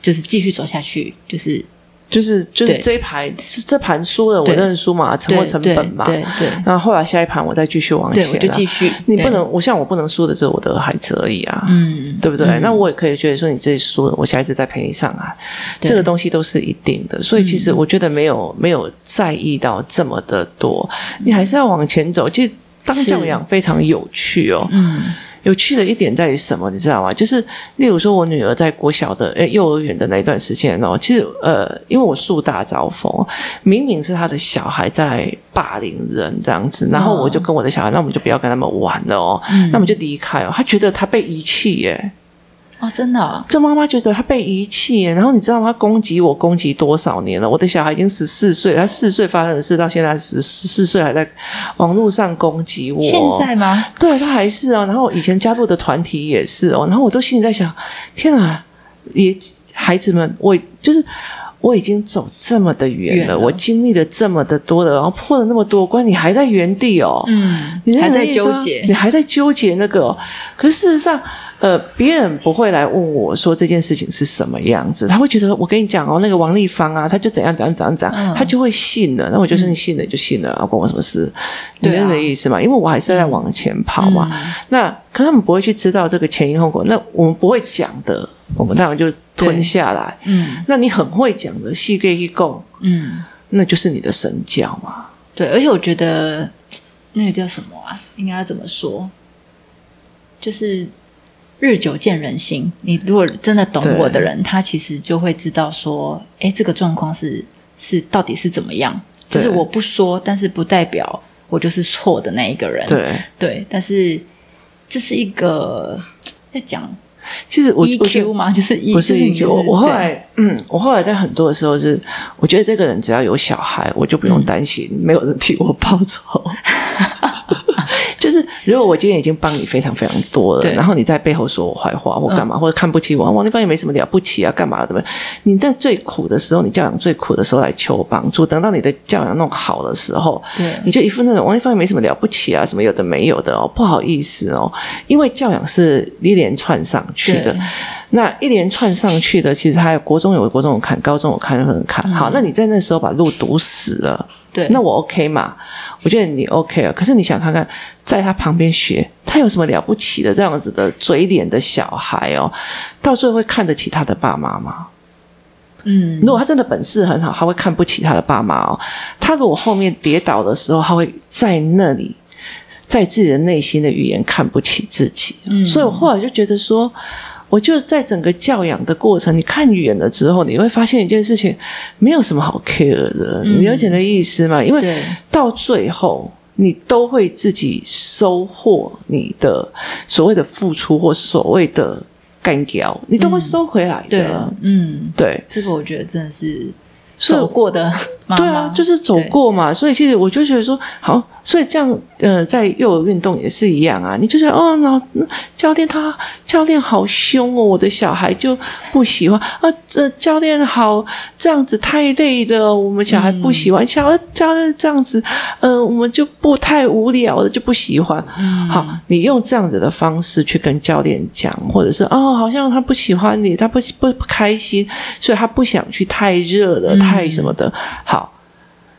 Speaker 2: 就是继续走下去，就是
Speaker 1: 就是就是
Speaker 2: 对
Speaker 1: 这一排这这盘输了，我
Speaker 2: 对
Speaker 1: 认输嘛，沉没
Speaker 2: 对
Speaker 1: 成
Speaker 2: 对
Speaker 1: 本嘛。
Speaker 2: 对对
Speaker 1: 然后后来下一盘 我再继续往前、
Speaker 2: 对，
Speaker 1: 啊，
Speaker 2: 我就继续。
Speaker 1: 你
Speaker 2: 对
Speaker 1: 不，能，我像我不能输的只有我的孩子而已啊，
Speaker 2: 嗯，
Speaker 1: 对不对？
Speaker 2: 嗯
Speaker 1: 那我也可以觉得说你自己输了，我下一次再陪你上啊，
Speaker 2: 对嗯
Speaker 1: 这个东西都是一定的。所以其实我觉得没有、没有在意到这么的多，你还是要往前走。其实当
Speaker 2: 是
Speaker 1: 教养非常有趣哦，
Speaker 2: 嗯
Speaker 1: 有趣的一点在于什么，你知道吗？就是例如说，我女儿在国小的诶幼儿园的那一段时间哦，其实呃，因为我树大招风，明明是她的小孩在霸凌人这样子，然后我就跟我的小孩，那我们就不要跟他们玩了哦，
Speaker 2: 嗯
Speaker 1: 那我们就离开哦。她觉得她被遗弃耶，
Speaker 2: 哦，真的哦、
Speaker 1: 这妈妈觉得她被遗弃耶，然后你知道吗？她攻击我攻击多少年了？我的小孩已经十四岁，他四岁发生的事到现在十十四岁还在网络上攻击我，
Speaker 2: 现在吗？
Speaker 1: 对他还是啊，然后以前加入的团体也是哦，然后我都心里在想，天啊，也孩子们，我就是我已经走这么的远了，
Speaker 2: 远了
Speaker 1: 我经历了这么的多了，然后破了那么多关，你还在原地哦，
Speaker 2: 嗯
Speaker 1: 你，
Speaker 2: 还
Speaker 1: 那个
Speaker 2: 在
Speaker 1: 意思
Speaker 2: 纠
Speaker 1: 吗
Speaker 2: 结
Speaker 1: 你。还在纠结那个哦、可是事实上，呃，别人不会来问我说这件事情是什么样子，他会觉得我跟你讲哦，那个王立芳啊，他就怎样怎样怎样怎样，
Speaker 2: 嗯
Speaker 1: 他就会信了。那我就是你信了就信了，啊，关我什么事？你
Speaker 2: 对啊嗯
Speaker 1: 那个意思嘛？因为我还是在往前跑嘛。那可他们不会去知道这个前因后果，那我们不会讲的，我们当然就吞
Speaker 2: 对
Speaker 1: 下来。
Speaker 2: 嗯
Speaker 1: 那你很会讲的，细给一供，
Speaker 2: 嗯，
Speaker 1: 那就是你的神教嘛。
Speaker 2: 对，而且我觉得那个叫什么啊？应该要怎么说？就是日久见人心。你如果真的懂
Speaker 1: 对
Speaker 2: 我的人，他其实就会知道说，哎，这个状况是是到底是怎么样。就
Speaker 1: 对
Speaker 2: 是我不说，但是不代表我就是错的那一个人。
Speaker 1: 对，
Speaker 2: 对，但是这是一个在讲
Speaker 1: 其实我我觉得
Speaker 2: EQ 吗？就是 E，
Speaker 1: 不是
Speaker 2: 就你
Speaker 1: EQ，
Speaker 2: 就
Speaker 1: 我
Speaker 2: 是
Speaker 1: 我后
Speaker 2: 对
Speaker 1: 来，嗯，我后来在很多的时候是，我觉得这个人只要有小孩，我就不
Speaker 2: 嗯
Speaker 1: 用担心、没有人替我报仇。 就是如果我今天已经帮你非常非常多了，
Speaker 2: 对嗯
Speaker 1: 然后你在背后说我坏话或干嘛，或者看不起我，王立芳也没什么了不起啊，干嘛的？你在最苦的时候，你教养最苦的时候来求帮助，等到你的教养弄好的时候，
Speaker 2: 对
Speaker 1: 你就一副那种王立芳也没什么了不起啊，什么有的没有的哦，不好意思哦，因为教养是一连串上去的
Speaker 2: 对。
Speaker 1: 那一连串上去的，其实还有国中有国中有看，高中有看，有人看。好，那你在那时候把路堵死了，
Speaker 2: 嗯对，
Speaker 1: 那我 OK 嘛？我觉得你 OK 啊。可是你想看看，在他旁边学，他有什么了不起的？这样子的嘴脸的小孩哦，到最后会看得起他的爸妈吗？
Speaker 2: 嗯
Speaker 1: 如果他真的本事很好，他会看不起他的爸妈哦。他如果后面跌倒的时候，他会在那里，在自己的内心的语言看不起自己。
Speaker 2: 嗯
Speaker 1: 所以我后来就觉得说，我就在整个教养的过程，你看远了之后，你会发现一件事情，没有什么好 care 的。你了解的意思吗？因为
Speaker 2: 嗯对
Speaker 1: 到最后。你都会自己收获你的所谓的付出或所谓的干掉，你都会收回来
Speaker 2: 嗯对
Speaker 1: 的。，
Speaker 2: 嗯，
Speaker 1: 对
Speaker 2: 这个我觉得真的是
Speaker 1: 所以
Speaker 2: 走过的妈妈，
Speaker 1: 对啊，就是走
Speaker 2: 对
Speaker 1: 过嘛，所以其实我就觉得说，好，所以这样，呃，在幼儿运动也是一样啊，你就觉得哦，老教练他教练好凶哦，我的小孩就不喜欢啊，这教练好这样子太累了，我们小孩不喜
Speaker 2: 嗯
Speaker 1: 欢，小孩教练这样子，呃，我们就不太无聊了，就不喜欢。
Speaker 2: 嗯
Speaker 1: 好，你用这样子的方式去跟教练讲，或者是哦，好像他不喜欢你，他不不不开心，所以他不想去太热了，
Speaker 2: 嗯
Speaker 1: 太什么的。好，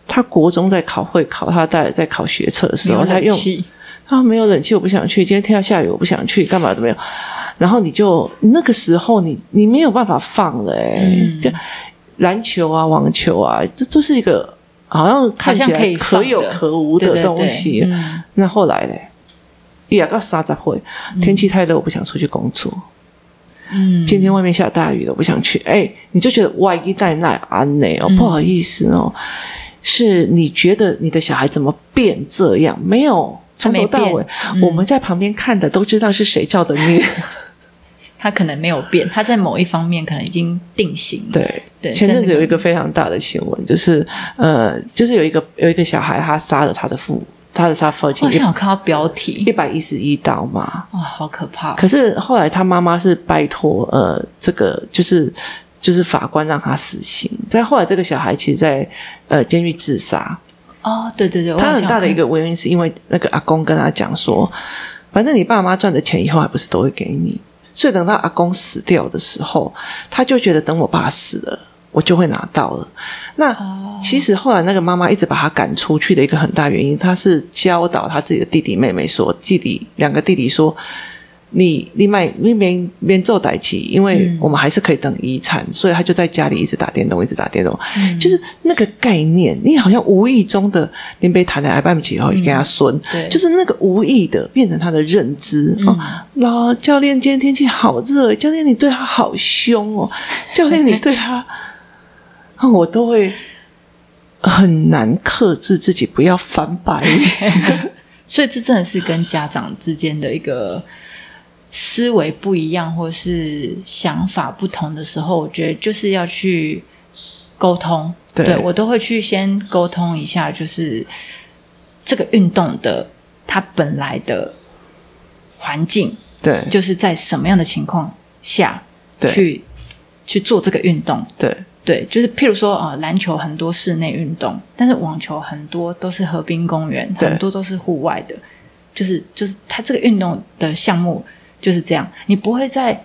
Speaker 1: 他国中在考会考，他大概在考学测的时
Speaker 2: 没有
Speaker 1: 候，他
Speaker 2: 冷
Speaker 1: 用
Speaker 2: 气
Speaker 1: 啊没有冷气，我不想去，今天天要下雨，我不想去，干嘛都没有。然后你就那个时候你你没有办法放了、欸，
Speaker 2: 嗯
Speaker 1: 就篮球啊、网球啊，这都是一个好像看起
Speaker 2: 好像可以
Speaker 1: 来
Speaker 2: 放
Speaker 1: 可
Speaker 2: 的
Speaker 1: 有可无
Speaker 2: 对
Speaker 1: 的
Speaker 2: 对
Speaker 1: 东
Speaker 2: 对
Speaker 1: 西。
Speaker 2: 嗯
Speaker 1: 那后来哎嘞，也到三十岁，啊天气太热，我不想出去工作。
Speaker 2: 嗯，
Speaker 1: 今天外面下大雨了，我不想去。哎、你就觉得外衣带那安内
Speaker 2: 嗯
Speaker 1: 哦，不好意思哦，是你觉得你的小孩怎么变这样？没有，
Speaker 2: 他
Speaker 1: 从
Speaker 2: 没
Speaker 1: 头到
Speaker 2: 变嗯
Speaker 1: 尾，我们在旁边看的都知道是谁叫的 孽。
Speaker 2: 他可能没有变，他在某一方面可能已经定型，，
Speaker 1: 对，
Speaker 2: 对
Speaker 1: 前阵
Speaker 2: 在那
Speaker 1: 子
Speaker 2: 个
Speaker 1: 有一个非常大的新闻，就是呃，就是有一个有一个小孩，他杀了他的父，他的他父
Speaker 2: 我
Speaker 1: 亲
Speaker 2: 好像有看到标题
Speaker 1: 一，百一十一刀嘛，
Speaker 2: 哇，好可怕哦，
Speaker 1: 可是后来他妈妈是拜托呃，这个就是就是法官让他死刑。但后来这个小孩其实在，呃监狱自杀，
Speaker 2: 哦，对对对，我好
Speaker 1: 他
Speaker 2: 像
Speaker 1: 很大的
Speaker 2: 有
Speaker 1: 一
Speaker 2: 看
Speaker 1: 个原因是因为那个阿公跟他讲说，反正你爸妈赚的钱以后还不是都会给你，所以等到阿公死掉的时候，他就觉得等我爸死了。我就会拿到了。那、
Speaker 2: 哦
Speaker 1: 其实后来那个妈妈一直把他赶出去的一个很大原因，她是教导他自己的弟弟妹妹说，弟弟两个弟弟说，你你买你免免做代期，因为
Speaker 2: 嗯
Speaker 1: 我们还是可以等遗产，所以他就在家里一直打电动，一直打电动，
Speaker 2: 嗯
Speaker 1: 就是那个概念，你好像无意中的林北谈的癌半期以后，也给他孙，
Speaker 2: 嗯对嗯
Speaker 1: 就是那个无意的变成他的认知、哦。老教练今天天气好热，教练你对他好凶哦，教练你对他， 啊我都会很难克制自己不要翻白眼。
Speaker 2: 所以这真的是跟家长之间的一个思维不一样，或是想法不同的时候，我觉得就是要去沟通。
Speaker 1: 对
Speaker 2: 我都会去先沟通一下，就是这个运动的它本来的环境，
Speaker 1: 对
Speaker 2: 就是在什么样的情况下
Speaker 1: 对
Speaker 2: 去去做这个运动。
Speaker 1: 对
Speaker 2: 对，就是譬如说啊、呃篮球很多室内运动，但是网球很多都是河滨公园，
Speaker 1: 对
Speaker 2: 很多都是户外的，就是就是它这个运动的项目就是这样，你不会在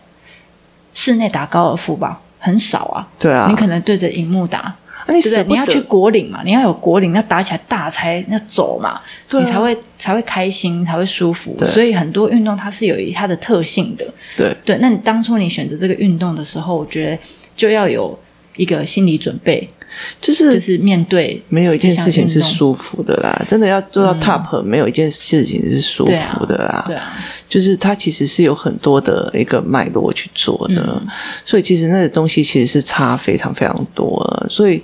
Speaker 2: 室内打高尔夫吧？很少啊，
Speaker 1: 对啊！
Speaker 2: 你可能对着荧幕打，
Speaker 1: 啊你
Speaker 2: 对不
Speaker 1: 舍
Speaker 2: 对？
Speaker 1: 不
Speaker 2: 你要
Speaker 1: 得
Speaker 2: 去国岭嘛，你要有国岭，要打起来大才要走嘛，
Speaker 1: 对啊
Speaker 2: 你才会才会开心，才会舒服。
Speaker 1: 对
Speaker 2: 所以很多运动它是有一它的特性的，
Speaker 1: 对
Speaker 2: 对，那你当初你选择这个运动的时候，我觉得就要有一个心理准备，
Speaker 1: 就是
Speaker 2: 就是面对
Speaker 1: 没有一件事情是
Speaker 2: 这项运动
Speaker 1: 舒服的啦，真的要做到 top，、没有一件事情是舒服的啦。
Speaker 2: 对啊，
Speaker 1: 就是它其实是有很多的一个脉络去做的，所以其实那个东西其实是差非常非常多的。所以，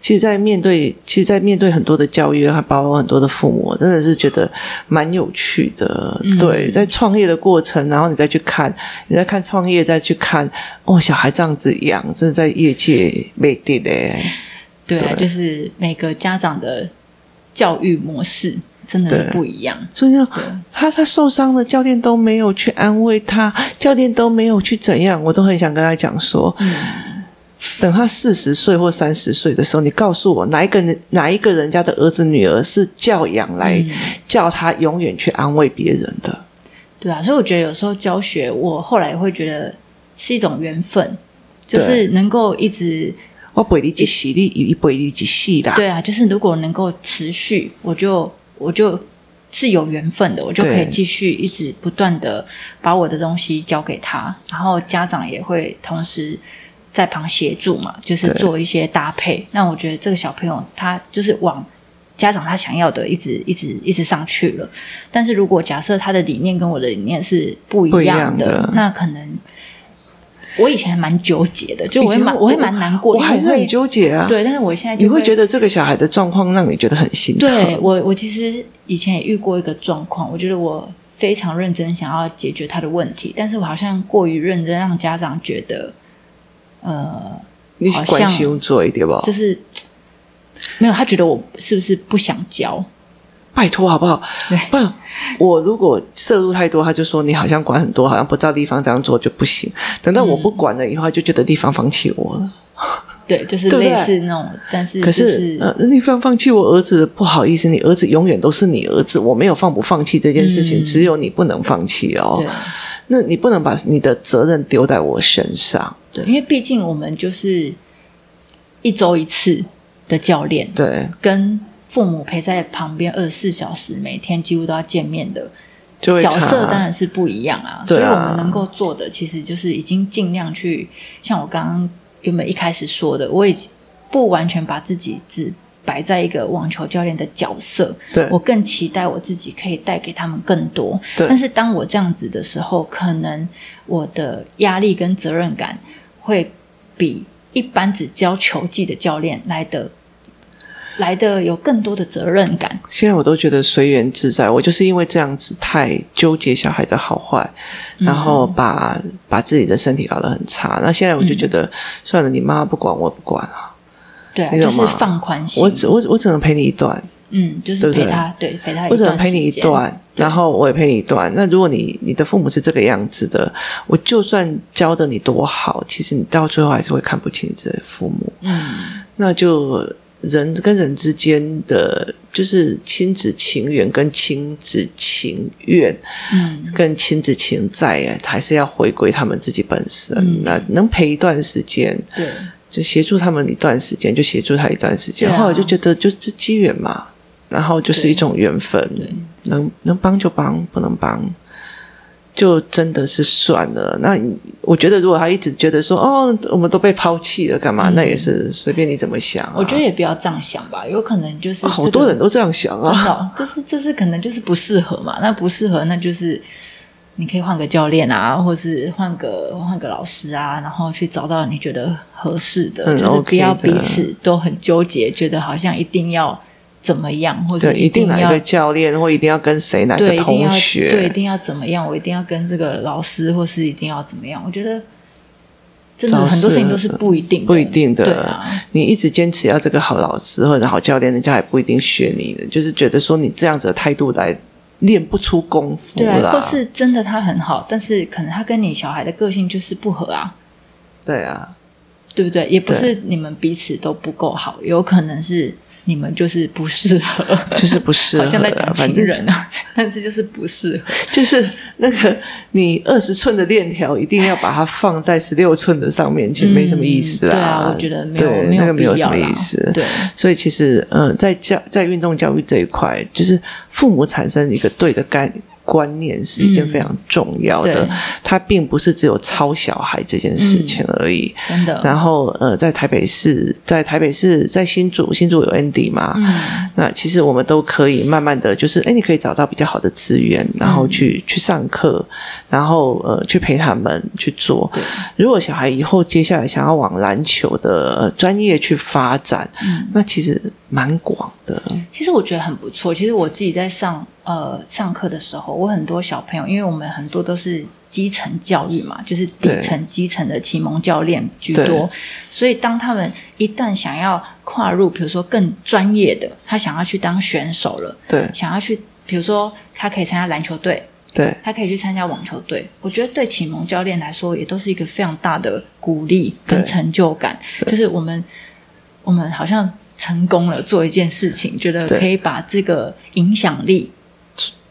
Speaker 1: 其实，在面对，其实，在面对很多的教育，还包括很多的父母，真的是觉得蛮有趣的。对，在创业的过程，然后你再去看，你再看创业，再去看，哦，小孩这样子养，真的在业界没地的。
Speaker 2: 对啊，
Speaker 1: 对
Speaker 2: 就是每个家长的教育模式真的是
Speaker 1: 对
Speaker 2: 不一样。
Speaker 1: 所以就他他受伤了，教练都没有去安慰他，教练都没有去怎样，我都很想跟他讲说，
Speaker 2: 嗯
Speaker 1: 等他四十岁或三十岁的时候，你告诉我哪一个人哪一个人家的儿子女儿是教养来、
Speaker 2: 嗯
Speaker 1: 叫他永远去安慰别人的，
Speaker 2: 对啊，所以我觉得有时候教学，我后来会觉得是一种缘分，就
Speaker 1: 对
Speaker 2: 是能够一直
Speaker 1: 我不理解洗力，一不理解戏啦，
Speaker 2: 对啊，就是如果能够持续，我就我就是有缘分的，我就可以
Speaker 1: 对
Speaker 2: 继续一直不断的把我的东西交给他，然后家长也会同时在旁协助嘛，就是
Speaker 1: 对
Speaker 2: 做一些搭配。那我觉得这个小朋友他就是往。家长他想要的一直一直一直上去了，但是如果假设他的理念跟我的理念是不一
Speaker 1: 不一
Speaker 2: 样
Speaker 1: 样的
Speaker 2: 那可能我以前还蛮纠结的，就我会蛮
Speaker 1: 以前
Speaker 2: 我会蛮难
Speaker 1: 我
Speaker 2: 过，因为
Speaker 1: 还是很
Speaker 2: 会
Speaker 1: 纠结啊。，
Speaker 2: 对，但是我现在就
Speaker 1: 你会觉得这个小孩的状况让你觉得很心疼。
Speaker 2: 对我，我其实以前也遇过一个状况，我觉得我非常认真想要解决他的问题，但是我好像过于认真，让家长觉得，呃，
Speaker 1: 你
Speaker 2: 好像
Speaker 1: 关心用做一点吧，
Speaker 2: 就是没有他觉得我是不是不想教？
Speaker 1: 拜托好不好？
Speaker 2: 对
Speaker 1: 不然我如果摄入太多，他就说你好像管很多，好像不知道地方这样做就不行。等到我不管了以后，他就觉得地方放弃我了。
Speaker 2: 对，就是
Speaker 1: 对不
Speaker 2: 类
Speaker 1: 对
Speaker 2: 似那种，但是、
Speaker 1: 可，
Speaker 2: 就是
Speaker 1: 呃，那地方放弃我儿子，不好意思，你儿子永远都是你儿子，我没有放不放弃这件事情，
Speaker 2: 嗯
Speaker 1: 只有你不能放弃哦
Speaker 2: 对。
Speaker 1: 那你不能把你的责任丢在我身上，
Speaker 2: 对，因为毕竟我们就是一周一次的教练，
Speaker 1: 对，
Speaker 2: 跟父母陪在旁边二十四小时，每天几乎都要见面的，
Speaker 1: 就会
Speaker 2: 角
Speaker 1: 差
Speaker 2: 色当然是不一样啊，所
Speaker 1: 对
Speaker 2: 以
Speaker 1: 啊
Speaker 2: 我们能够做的其实就是已经尽量去，像我刚刚原本一开始说的，我已经不完全把自己只摆在一个网球教练的角色，
Speaker 1: 对
Speaker 2: 我更期待我自己可以带给他们更多。
Speaker 1: 对
Speaker 2: 但是当我这样子的时候，可能我的压力跟责任感会比一般只教球技的教练来的来的有更多的责任感。
Speaker 1: 现在我都觉得随缘自在，我就是因为这样子太纠结小孩的好坏，
Speaker 2: 嗯
Speaker 1: 然后把、把自己的身体搞得很差。那现在我就觉
Speaker 2: 嗯
Speaker 1: 得、算了，你妈妈不管我不管啊，
Speaker 2: 对、啊，
Speaker 1: 你
Speaker 2: 就
Speaker 1: 懂
Speaker 2: 是
Speaker 1: 吗
Speaker 2: 放宽心。
Speaker 1: 我只我我只能陪你一段，
Speaker 2: 嗯，就是
Speaker 1: 对不
Speaker 2: 陪
Speaker 1: 对
Speaker 2: 他，对陪他一段时间，
Speaker 1: 我只能陪你一段，然后我也陪你一段。那如果你你的父母是这个样子的，我就算教的你多好，其实你到最后还是会看不起你的父母。
Speaker 2: 嗯，
Speaker 1: 那就人跟人之间的，就是亲子情缘跟亲子情愿，
Speaker 2: 嗯
Speaker 1: 跟亲子情债哎，还是要回归他们自己本身。
Speaker 2: 嗯
Speaker 1: 那能陪一段时间，
Speaker 2: 对，
Speaker 1: 就协助他们一段时间，就协助他一段时间。
Speaker 2: 对啊
Speaker 1: 后来就觉得就是机缘嘛，然后就是一种缘分，能能帮就帮，不能帮。就真的是算了。那你我觉得，如果他一直觉得说哦，我们都被抛弃了，干嘛？那也是随便你怎么想、啊。
Speaker 2: 嗯我觉得也不要这样想吧，有可能就是、
Speaker 1: 啊好多人都这样想
Speaker 2: 真
Speaker 1: 啊。
Speaker 2: 的哦、就是就是可能就是不适合嘛，那不适合那就是你可以换个教练啊，或是换个换个老师啊，然后去找到你觉得合适的，
Speaker 1: 嗯
Speaker 2: 就是不要
Speaker 1: OK 的
Speaker 2: 彼此都很纠结，觉得好像一定要怎么样，或者
Speaker 1: 对，一定哪一
Speaker 2: 要
Speaker 1: 个教练，或一定要跟谁哪
Speaker 2: 对，
Speaker 1: 个
Speaker 2: 一定
Speaker 1: 同
Speaker 2: 要
Speaker 1: 学，
Speaker 2: 对，一定要怎么样？我一定要跟这个老师，或是一定要怎么样？我觉得真的
Speaker 1: 找
Speaker 2: 很多
Speaker 1: 事
Speaker 2: 事情都是不一定的，
Speaker 1: 不一定的。
Speaker 2: 对啊，
Speaker 1: 你一直坚持要这个好老师或者好教练，人家也不一定学你的，就是觉得说你这样子的态度来练不出功夫
Speaker 2: 对
Speaker 1: 啦。
Speaker 2: 啊，或是真的他很好，但是可能他跟你小孩的个性就是不合啊，
Speaker 1: 对 啊，
Speaker 2: 对不对？也不
Speaker 1: 对
Speaker 2: 是你们彼此都不够好，有可能是你们就是不适合，
Speaker 1: 就是不适合
Speaker 2: 好
Speaker 1: 啊。
Speaker 2: 像在讲
Speaker 1: 反
Speaker 2: 情
Speaker 1: 正
Speaker 2: 人啊，但是就是不适合。
Speaker 1: 就是那个你二十寸的链条，一定要把它放在十六寸的上面，其实没什么意思
Speaker 2: 嗯对
Speaker 1: 啊。
Speaker 2: 我觉得没有
Speaker 1: 对
Speaker 2: 没
Speaker 1: 那个
Speaker 2: 必
Speaker 1: 没
Speaker 2: 要
Speaker 1: 有什么
Speaker 2: 啦
Speaker 1: 意思。
Speaker 2: 对，
Speaker 1: 所以其实，嗯，在教在运动教育这一块，就是父母产生一个对的概观念是一件
Speaker 2: 嗯
Speaker 1: 非常重要
Speaker 2: 对嗯
Speaker 1: 的，它并不是只有操小孩这件事情而已。
Speaker 2: 真的。
Speaker 1: 然后，呃，在台北市，在台北市，在新竹，新竹有 Andy 嘛？
Speaker 2: 嗯，
Speaker 1: 那其实我们都可以慢慢的就是，哎，你可以找到比较好的资源，然后去、
Speaker 2: 嗯
Speaker 1: 去上课，然后呃去陪他们去做。
Speaker 2: 对，
Speaker 1: 如果小孩以后接下来想要往篮球的、呃专业去发展，
Speaker 2: 嗯
Speaker 1: 那其实蛮广的。
Speaker 2: 其实我觉得很不错。其实我自己在上呃上课的时候，我很多小朋友，因为我们很多都是基层教育嘛，就是底层基层的启蒙教练居
Speaker 1: 对
Speaker 2: 多，所以当他们一旦想要跨入，比如说更专业的，他想要去当选手了，
Speaker 1: 对
Speaker 2: 想要去，比如说他可以参加篮球队，
Speaker 1: 对
Speaker 2: 他可以去参加网球队。我觉得对启蒙教练来说，也都是一个非常大的鼓励跟
Speaker 1: 对
Speaker 2: 成就感。就是我们，我们好像成功了做一件事情，觉得
Speaker 1: 对
Speaker 2: 可以把这个影响力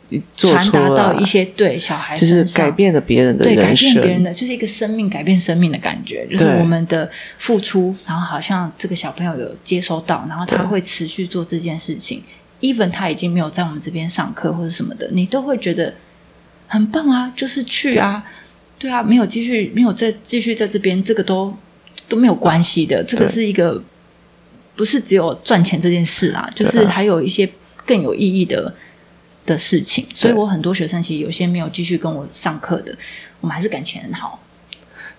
Speaker 1: 你做
Speaker 2: 传
Speaker 1: 出
Speaker 2: 达到
Speaker 1: 来
Speaker 2: 一些对小孩
Speaker 1: 就
Speaker 2: 身
Speaker 1: 是
Speaker 2: 上，
Speaker 1: 改变了别人的
Speaker 2: 对改
Speaker 1: 人
Speaker 2: 变
Speaker 1: 生，
Speaker 2: 别人的，就是一个生命改变生命的感觉，就是
Speaker 1: 对
Speaker 2: 我们的付出，然后好像这个小朋友有接收到，然后他
Speaker 1: 对
Speaker 2: 会持续做这件事情。even 他已经没有在我们这边上课或者什么的，你都会觉得很棒啊，就是去啊，对啊，没有继续，没有再继续在这边，这个都都没有关系的，这个
Speaker 1: 对
Speaker 2: 是一个不是只有赚钱这件事啊，就
Speaker 1: 对
Speaker 2: 是
Speaker 1: 啊
Speaker 2: 还有一些更有意义的的事情。所以我很多学生其实有些没有继续跟我上课的，我们还是感情很好。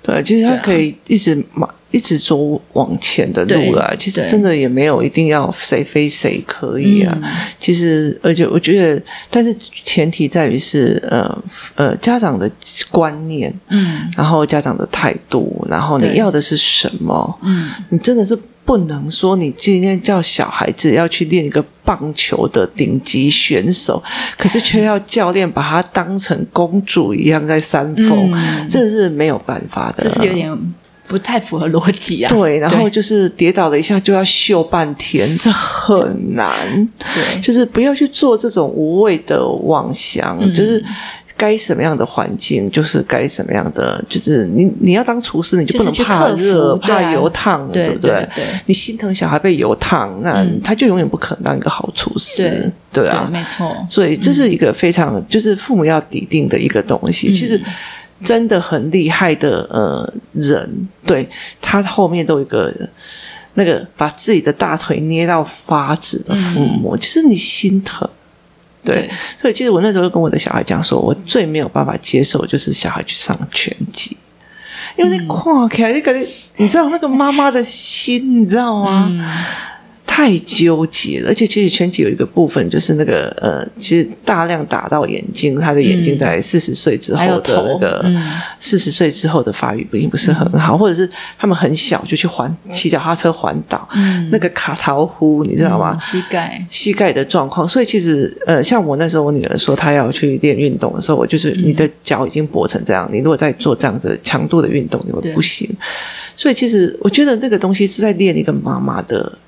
Speaker 1: 对，其实它
Speaker 2: 对啊
Speaker 1: 可以一直往一直走往前的路啦。
Speaker 2: 对
Speaker 1: 其实
Speaker 2: 对
Speaker 1: 真的也没有一定要谁非谁可以啊。
Speaker 2: 嗯
Speaker 1: 其实，而且我觉得，但是前提在于是呃呃家长的观念，
Speaker 2: 嗯
Speaker 1: 然后家长的态度，然后你
Speaker 2: 对
Speaker 1: 要的是什么？
Speaker 2: 嗯，
Speaker 1: 你真的是不能说你今天叫小孩子要去练一个棒球的顶级选手，可是却要教练把她当成公主一样在煽风，
Speaker 2: 嗯
Speaker 1: 这是没有办法的。
Speaker 2: 这是有点不太符合逻辑啊。
Speaker 1: 啊对，然后就是跌倒了一下就要秀半天，这很难。
Speaker 2: 对
Speaker 1: 就是不要去做这种无谓的妄想，
Speaker 2: 嗯
Speaker 1: 就是该什么样的环境就是该什么样的，就是你你要当厨师，你就不能
Speaker 2: 就是去
Speaker 1: 怕
Speaker 2: 克服
Speaker 1: 热、
Speaker 2: 对啊
Speaker 1: 怕油烫，
Speaker 2: 对
Speaker 1: 不对？
Speaker 2: 对对
Speaker 1: 你心疼小孩被油烫，那
Speaker 2: 嗯
Speaker 1: 他就永远不可能当一个好厨师，对
Speaker 2: 对
Speaker 1: 啊。
Speaker 2: 没错，
Speaker 1: 所以这是一个非常、就是父母要抵定的一个东西。其实真的很厉害的呃人，对他后面都有一个那个把自己的大腿捏到发直的父母，就是你心疼。对，
Speaker 2: 对
Speaker 1: 所以其实我那时候就跟我的小孩讲说，我最没有办法接受就是小孩去上拳击，因
Speaker 2: 嗯
Speaker 1: 为那跨开那个，你知道那个妈妈的心，你知道吗？
Speaker 2: 嗯
Speaker 1: 太纠结了，而且其实拳击有一个部分就是那个呃，其实大量打到眼睛，他的眼睛在四十岁之
Speaker 2: 嗯还
Speaker 1: 后
Speaker 2: 有
Speaker 1: 的那
Speaker 2: 头
Speaker 1: 个
Speaker 2: 嗯
Speaker 1: 四十岁之后的发育并不是很好，或者是他们很小就去环骑脚踏车环岛，
Speaker 2: 嗯
Speaker 1: 那个卡桃呼你知道吗？
Speaker 2: 嗯膝盖，
Speaker 1: 膝盖的状况，所以其实呃，像我那时候我女儿说她要去练运动的时候，我就是、你的脚已经跛成这样，你如果再做这样子强度的运动，你会
Speaker 2: 对
Speaker 1: 不行。所以其实我觉得那个东西是在练一个妈妈的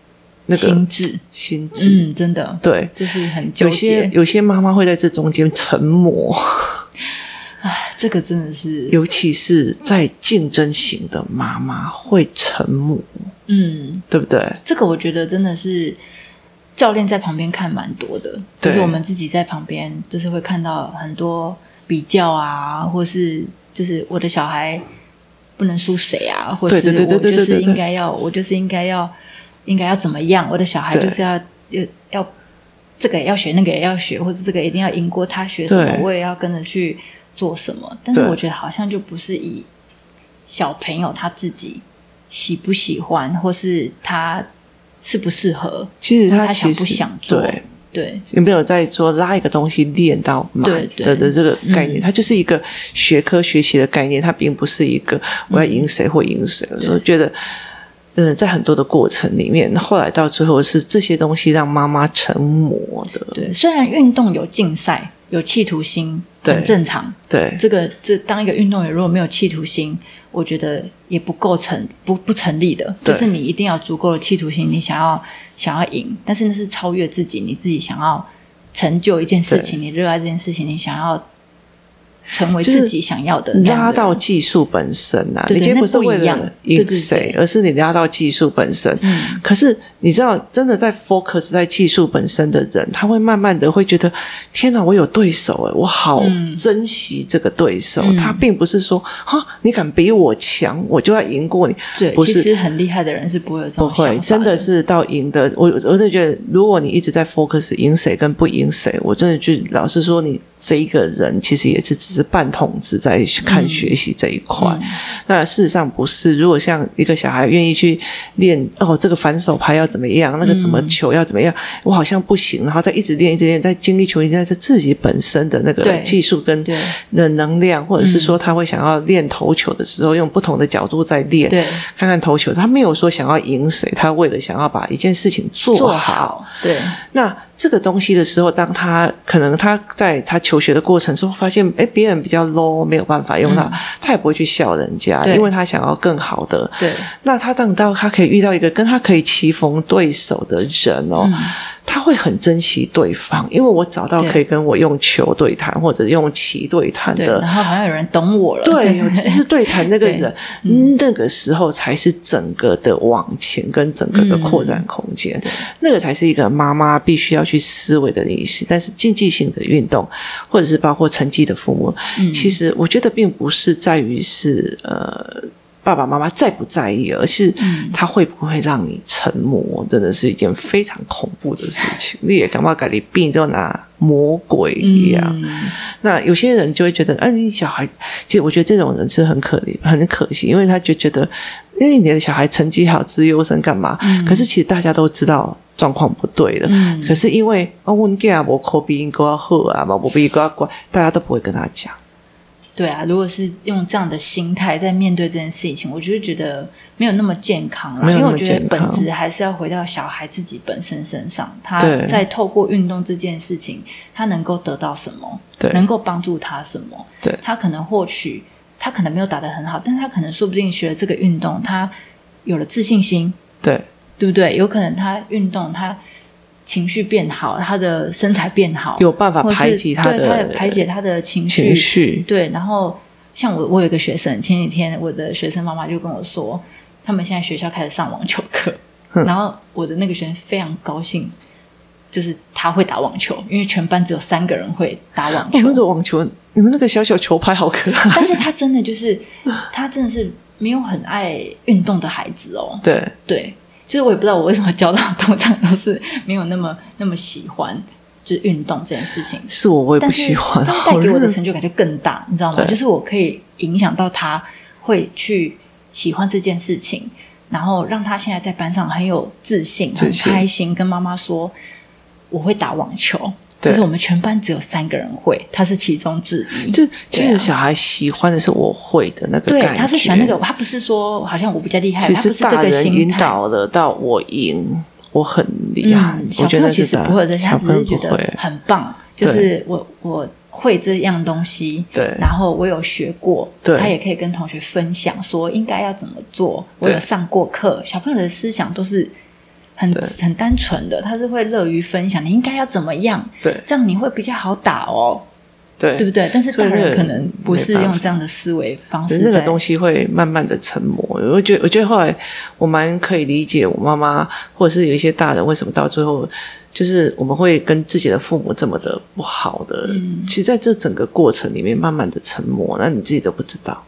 Speaker 1: 那个
Speaker 2: 心智，
Speaker 1: 心智，
Speaker 2: 嗯，真的，
Speaker 1: 对。
Speaker 2: 就是很
Speaker 1: 有
Speaker 2: 纠
Speaker 1: 些
Speaker 2: 结。
Speaker 1: 有些妈妈会在这中间沉默，
Speaker 2: 哎，这个真的是，
Speaker 1: 尤其是在竞争型的妈妈会沉默，
Speaker 2: 嗯，
Speaker 1: 对不对？
Speaker 2: 这个我觉得真的是教练在旁边看蛮多的，就
Speaker 1: 对
Speaker 2: 是我们自己在旁边，就是会看到很多比较啊，或是就是我的小孩不能输谁啊，或是
Speaker 1: 对对对
Speaker 2: 我
Speaker 1: 对对
Speaker 2: 就是
Speaker 1: 对对
Speaker 2: 应该要，我就是应该要应该要怎么样，我的小孩
Speaker 1: 对
Speaker 2: 就是要要要这个也要学，那个也要学，或者这个一定要赢过他学什么
Speaker 1: 对，
Speaker 2: 我也要跟着去做什么。但是
Speaker 1: 对
Speaker 2: 我觉得好像就不是以小朋友他自己喜不喜欢，或是他适不适合，
Speaker 1: 其实
Speaker 2: 他
Speaker 1: 其
Speaker 2: 想
Speaker 1: 实
Speaker 2: 不想做，
Speaker 1: 对，
Speaker 2: 对
Speaker 1: 有没有在说拉一个东西练到满
Speaker 2: 对
Speaker 1: 的
Speaker 2: 对
Speaker 1: 的这个概念？
Speaker 2: 嗯
Speaker 1: 它就是一个学科学习的概念，它并不是一个我要赢谁或赢谁。我说觉得，嗯、在很多的过程里面，后来到最后是这些东西让妈妈成魔的。
Speaker 2: 对。虽然运动有竞赛，有企图心，
Speaker 1: 对
Speaker 2: 很正常。
Speaker 1: 对
Speaker 2: 这个这当一个运动员如果没有企图心，我觉得也不构成不不成立的。就
Speaker 1: 对
Speaker 2: 是你一定要足够的企图心，你想要想要赢，但是那是超越自己，你自己想要成就一件事情，你热爱这件事情，你想要成为
Speaker 1: 就是
Speaker 2: 自己想要的那样的
Speaker 1: 拉
Speaker 2: 人
Speaker 1: 到技术本身啊，
Speaker 2: 对
Speaker 1: 你
Speaker 2: 对
Speaker 1: 今天
Speaker 2: 那
Speaker 1: 不是
Speaker 2: 不一
Speaker 1: 为
Speaker 2: 样
Speaker 1: 了
Speaker 2: 对
Speaker 1: 赢
Speaker 2: 对
Speaker 1: 谁
Speaker 2: 对，
Speaker 1: 而是你拉到技术本身。
Speaker 2: 嗯
Speaker 1: 可是你知道，真的在 focus 在技术本身的人，他会慢慢的会觉得，天哪，我有对手哎，我好
Speaker 2: 嗯
Speaker 1: 珍惜这个对手。
Speaker 2: 嗯
Speaker 1: 他并不是说哈，你敢比我强，我就要赢过你。
Speaker 2: 对，
Speaker 1: 不
Speaker 2: 其
Speaker 1: 是
Speaker 2: 实很厉害的人是不会有这
Speaker 1: 不
Speaker 2: 种想法
Speaker 1: 会，真的
Speaker 2: 的
Speaker 1: 是到赢的。我我是觉得，如果你一直在 focus 赢谁跟不赢谁，我真的就老实说，你这一个人其实也是只是半桶子在看学习这一块。
Speaker 2: 嗯
Speaker 1: 那事实上不是。如果像一个小孩愿意去练哦，这个反手拍要怎么样，那个什么
Speaker 2: 嗯
Speaker 1: 球要怎么样，我好像不行，然后再一直练，一直练，再精益求精，在这自己本身的那个
Speaker 2: 对
Speaker 1: 技术跟
Speaker 2: 对嗯
Speaker 1: 的能量，或者是说他会想要练投球的时候，用不同的角度在练。
Speaker 2: 对
Speaker 1: 看看投球，他没有说想要赢谁，他为了想要把一件事情做
Speaker 2: 做好，对
Speaker 1: 那这个东西的时候，当他可能他在他求学的过程中发现，哎，别人比较 low，没有办法用到，他也不会去笑人家，
Speaker 2: 嗯对
Speaker 1: 因为他想要更好的。
Speaker 2: 对
Speaker 1: 那他等到他可以遇到一个跟他可以棋逢对手的人哦，他会很珍惜对方，因为我找到
Speaker 2: 嗯对
Speaker 1: 可以跟我用球对谈或者用棋对谈
Speaker 2: 对，
Speaker 1: 的
Speaker 2: 然后好像有人懂我了，
Speaker 1: 对，有只是对谈那个人
Speaker 2: 对，
Speaker 1: 嗯那个时候才是整个的往前跟整个的扩展空
Speaker 2: 嗯
Speaker 1: 间，那个才是一个妈妈必须要去思维的意识。但是竞技性的运动，或者是包括成绩的父母，
Speaker 2: 嗯
Speaker 1: 其实我觉得并不是在于是呃。爸爸妈妈在不在意，而是
Speaker 2: 嗯
Speaker 1: 他会不会让你成魔，真的是一件非常恐怖的事情。你也感觉自己病就拿魔鬼一样，
Speaker 2: 嗯，
Speaker 1: 那有些人就会觉得，啊，你小孩，其实我觉得这种人是很可怜、很可惜，因为他就觉得，因为你的小孩成绩好、资优生干嘛？可是其实大家都知道状况不对了，
Speaker 2: 嗯
Speaker 1: 可是因为啊，我给啊，我口鼻音够要好啊，嘛，我鼻音够要乖，大家都不会跟他讲。
Speaker 2: 对啊，如果是用这样的心态在面对这件事情，我就是觉得没有那么健康了。
Speaker 1: 没有
Speaker 2: 因为
Speaker 1: 那
Speaker 2: 我
Speaker 1: 么
Speaker 2: 觉得
Speaker 1: 健康
Speaker 2: 本质还是要回到小孩自己本身身上，他
Speaker 1: 对
Speaker 2: 在透过运动这件事情，他能够得到什么，
Speaker 1: 对
Speaker 2: 能够帮助他什么，
Speaker 1: 对
Speaker 2: 他可能获取，他可能没有打得很好，但他可能说不定学了这个运动，他有了自信心，
Speaker 1: 对
Speaker 2: 对不对？有可能他运动，他情绪变好，他的身材变好，
Speaker 1: 有办法
Speaker 2: 或是
Speaker 1: 排解他的呃
Speaker 2: 对他的排解他的情绪，
Speaker 1: 情绪，
Speaker 2: 对，然后像我，我有一个学生，前几天我的学生妈妈就跟我说，他们现在学校开始上网球课，
Speaker 1: 哼
Speaker 2: 然后我的那个学生非常高兴，就是他会打网球，因为全班只有三个人会打网
Speaker 1: 哦，
Speaker 2: 球，
Speaker 1: 那个网球，你们那个小小球拍好可爱。
Speaker 2: 但是他真的就是，他真的是没有很爱运动的孩子哦，
Speaker 1: 对，
Speaker 2: 对，就是我也不知道我为什么教到通常都是没有那么那么喜欢就是运动这件事情，
Speaker 1: 是我我也
Speaker 2: 但
Speaker 1: 不
Speaker 2: 是
Speaker 1: 喜欢，
Speaker 2: 但是
Speaker 1: 好
Speaker 2: 带给我的
Speaker 1: 热
Speaker 2: 成就感就更大，你知道吗？
Speaker 1: 对
Speaker 2: 就是我可以影响到他会去喜欢这件事情，然后让他现在在班上很有自信、
Speaker 1: 自
Speaker 2: 很
Speaker 1: 信
Speaker 2: 开心，跟妈妈说我会打网球。
Speaker 1: 对
Speaker 2: 就是我们全班只有三个人会，他是其中之一。
Speaker 1: 就其
Speaker 2: 对啊
Speaker 1: 实小孩喜欢的是我会的那个
Speaker 2: 对
Speaker 1: 感，觉，
Speaker 2: 他是喜欢那个，他不是说好像我比较厉害，
Speaker 1: 其
Speaker 2: 哎他不
Speaker 1: 实
Speaker 2: 是这
Speaker 1: 大
Speaker 2: 个
Speaker 1: 人
Speaker 2: 心
Speaker 1: 引
Speaker 2: 态。嗯
Speaker 1: 导了到我赢，我很厉害。
Speaker 2: 小
Speaker 1: 我觉
Speaker 2: 朋
Speaker 1: 得那
Speaker 2: 友其
Speaker 1: 是
Speaker 2: 实
Speaker 1: 的，
Speaker 2: 不会有这些，他
Speaker 1: 小
Speaker 2: 只
Speaker 1: 朋友
Speaker 2: 是
Speaker 1: 不
Speaker 2: 觉得
Speaker 1: 会。
Speaker 2: 很棒，就是我我会这样东西，
Speaker 1: 对
Speaker 2: 然后我有学过，
Speaker 1: 对
Speaker 2: 他也可以跟同学分享说应该要怎么做，我
Speaker 1: 对
Speaker 2: 有上过课，小朋友的思想都是很
Speaker 1: 对
Speaker 2: 很单纯的，他是会乐于分享，你应该要怎么样，
Speaker 1: 对
Speaker 2: 这样你会比较好打哦，
Speaker 1: 对
Speaker 2: 对不对？但是大
Speaker 1: 所以那
Speaker 2: 人
Speaker 1: 个
Speaker 2: 可能不是
Speaker 1: 没办
Speaker 2: 用
Speaker 1: 法
Speaker 2: 这样的思维方式
Speaker 1: 那个
Speaker 2: 在，
Speaker 1: 东西会慢慢的沉默。我觉得，我觉得后来我蛮可以理解我妈妈，或者是有一些大人为什么到最后，就是我们会跟自己的父母这么的不好的。
Speaker 2: 嗯
Speaker 1: 其实在这整个过程里面，慢慢的沉默，那你自己都不知道。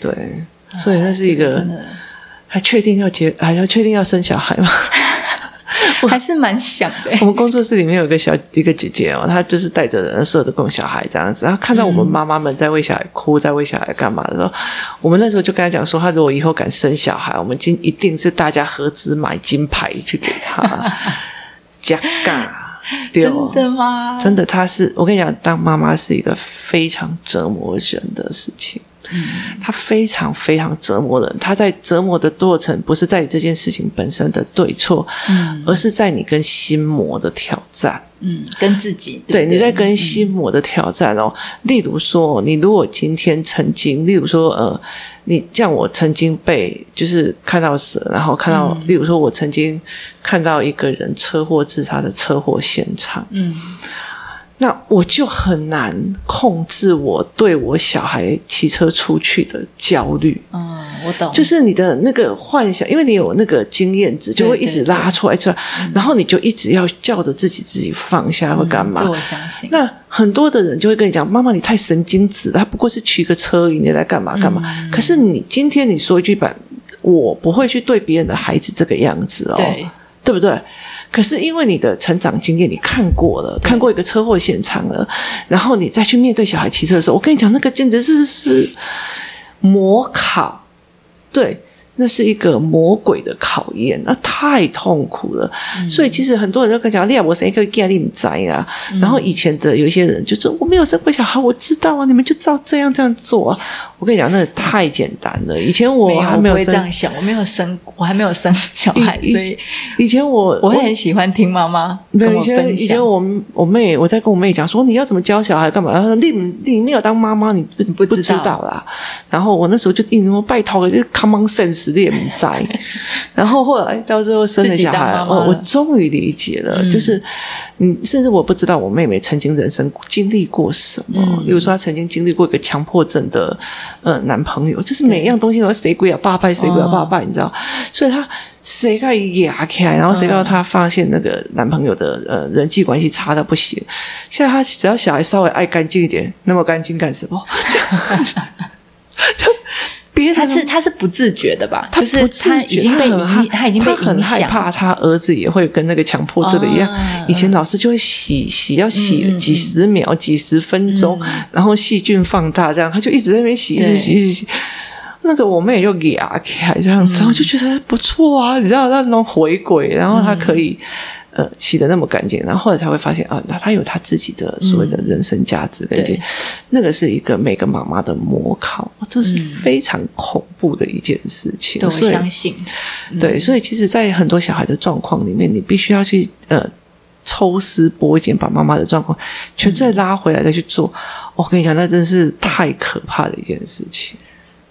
Speaker 1: 对，所以那是一
Speaker 2: 这
Speaker 1: 个
Speaker 2: 真的
Speaker 1: 还确定要结，还要确定要生小孩吗？
Speaker 2: 还是蛮想的欸
Speaker 1: 我。们工作室里面有一个小一个姐姐哦，她就是带着人所有的供小孩这样子，然后看到我们妈妈们在为小孩哭，在为小孩干嘛的时候，我们那时候就跟她讲说，她如果以后敢生小孩，我们今一定是大家合资买金牌去给 她，加嘎，对
Speaker 2: 真
Speaker 1: 哦
Speaker 2: 的吗？
Speaker 1: 真的，她是我跟你讲，当妈妈是一个非常折磨人的事情。
Speaker 2: 嗯
Speaker 1: 她非常非常折磨人，她在折磨的过程，不是在于这件事情本身的对错，
Speaker 2: 嗯
Speaker 1: 而是在你跟心魔的挑战。
Speaker 2: 嗯，跟自己
Speaker 1: 对，
Speaker 2: 不
Speaker 1: 你在跟心魔的挑战哦。例如说，你如果今天曾经，例如说，呃，你像我曾经被就是看到蛇，然后看到，例如说，我曾经看到一个人车祸自杀的车祸现场，
Speaker 2: 嗯。
Speaker 1: 那我就很难控制我对我小孩骑车出去的焦虑。
Speaker 2: 嗯，我懂，
Speaker 1: 就是你的那个幻想，因为你有那个经验值，就会一直拉出来出来，然后你就一直要叫着自己自己放下，会干嘛？
Speaker 2: 这嗯我相信。
Speaker 1: 那很多的人就会跟你讲：“妈妈，你太神经质了，他不过是骑个车而已，你来干嘛干嘛？”可是你今天你说一句板，我不会去对别人的孩子这个样子哦，
Speaker 2: 对，
Speaker 1: 对不对？可是因为你的成长经验，你看过了，看过一个车祸现场了，然后你再去面对小孩骑车的时候，我跟你讲，那个简直是是魔考，对，那是一个魔鬼的考验，那太痛苦了。
Speaker 2: 嗯
Speaker 1: 所以其实很多人都跟我讲，利亚哎我生一个 g a 你们宅啊。
Speaker 2: 嗯
Speaker 1: 然后以前的有一些人就说我没有生过小孩，我知道啊，你们就照这样这样做啊。我跟你讲，那太简单了。以前我还
Speaker 2: 没
Speaker 1: 没
Speaker 2: 有，我
Speaker 1: 有
Speaker 2: 不会这
Speaker 1: 生，
Speaker 2: 样想，我没有生，我还没有生小孩，
Speaker 1: 以
Speaker 2: 所
Speaker 1: 以
Speaker 2: 以
Speaker 1: 以前我
Speaker 2: 我会很喜欢听妈妈
Speaker 1: 没
Speaker 2: 跟
Speaker 1: 有，以
Speaker 2: 我
Speaker 1: 前
Speaker 2: 分
Speaker 1: 以
Speaker 2: 享
Speaker 1: 前。我们我妹我在跟我妹讲说你要怎么教小孩干嘛？她说你你没有当妈妈，你不
Speaker 2: 不知道
Speaker 1: 知道啦。然后我那时候就一直说拜托，就是 common sense 你也不在。 然后后来到最后生了小孩，
Speaker 2: 自己当妈嗯妈
Speaker 1: 哦
Speaker 2: 了，
Speaker 1: 我终于理解了，就是你甚至我不知道我妹妹曾经人生经历过什么，
Speaker 2: 嗯
Speaker 1: 比如说她曾经经历过一个强迫症的呃男朋友，就是每一样东西都要谁鬼啊爸拜谁鬼啊
Speaker 2: 哦
Speaker 1: 爸拜，你知道？所以她谁该压起来，然后谁告诉她发现那个男朋友的呃人际关系差到不行。现在她只要小孩稍微爱干净一点，那么干净干什么？就 就别因为
Speaker 2: 他
Speaker 1: 他
Speaker 2: 是他是不自觉的吧？
Speaker 1: 他
Speaker 2: 就是
Speaker 1: 不自
Speaker 2: 他已
Speaker 1: 觉，
Speaker 2: 经被
Speaker 1: 很害
Speaker 2: 影，他已经被
Speaker 1: 他很
Speaker 2: 影
Speaker 1: 害
Speaker 2: 响。
Speaker 1: 怕，他儿子也会跟那个强迫症的一样。
Speaker 2: 啊
Speaker 1: 以前老师就会洗洗，要洗
Speaker 2: 嗯嗯嗯
Speaker 1: 几十秒、几十分钟，然后细菌放大，这样他就一直在那边洗，一直洗，一直洗。那个我妹也就牙开这样
Speaker 2: 嗯
Speaker 1: 子，然后就觉得不错啊，你知道那种回归，然后她可
Speaker 2: 嗯
Speaker 1: 以、呃洗的那么干净，然后后来才会发现啊，那她有她自己的所谓的人生价值跟一些、
Speaker 2: 嗯对
Speaker 1: 那个是一个每个妈妈的模考，这
Speaker 2: 嗯
Speaker 1: 是非常恐怖的一件事情，
Speaker 2: 对，我
Speaker 1: 所以
Speaker 2: 相信。嗯
Speaker 1: 对，所以其实，在很多小孩的状况里面，你必须要去呃抽丝剥茧，把妈妈的状况
Speaker 2: 嗯
Speaker 1: 全再拉回来再去做。我跟你讲，那真是太可怕的一件事情。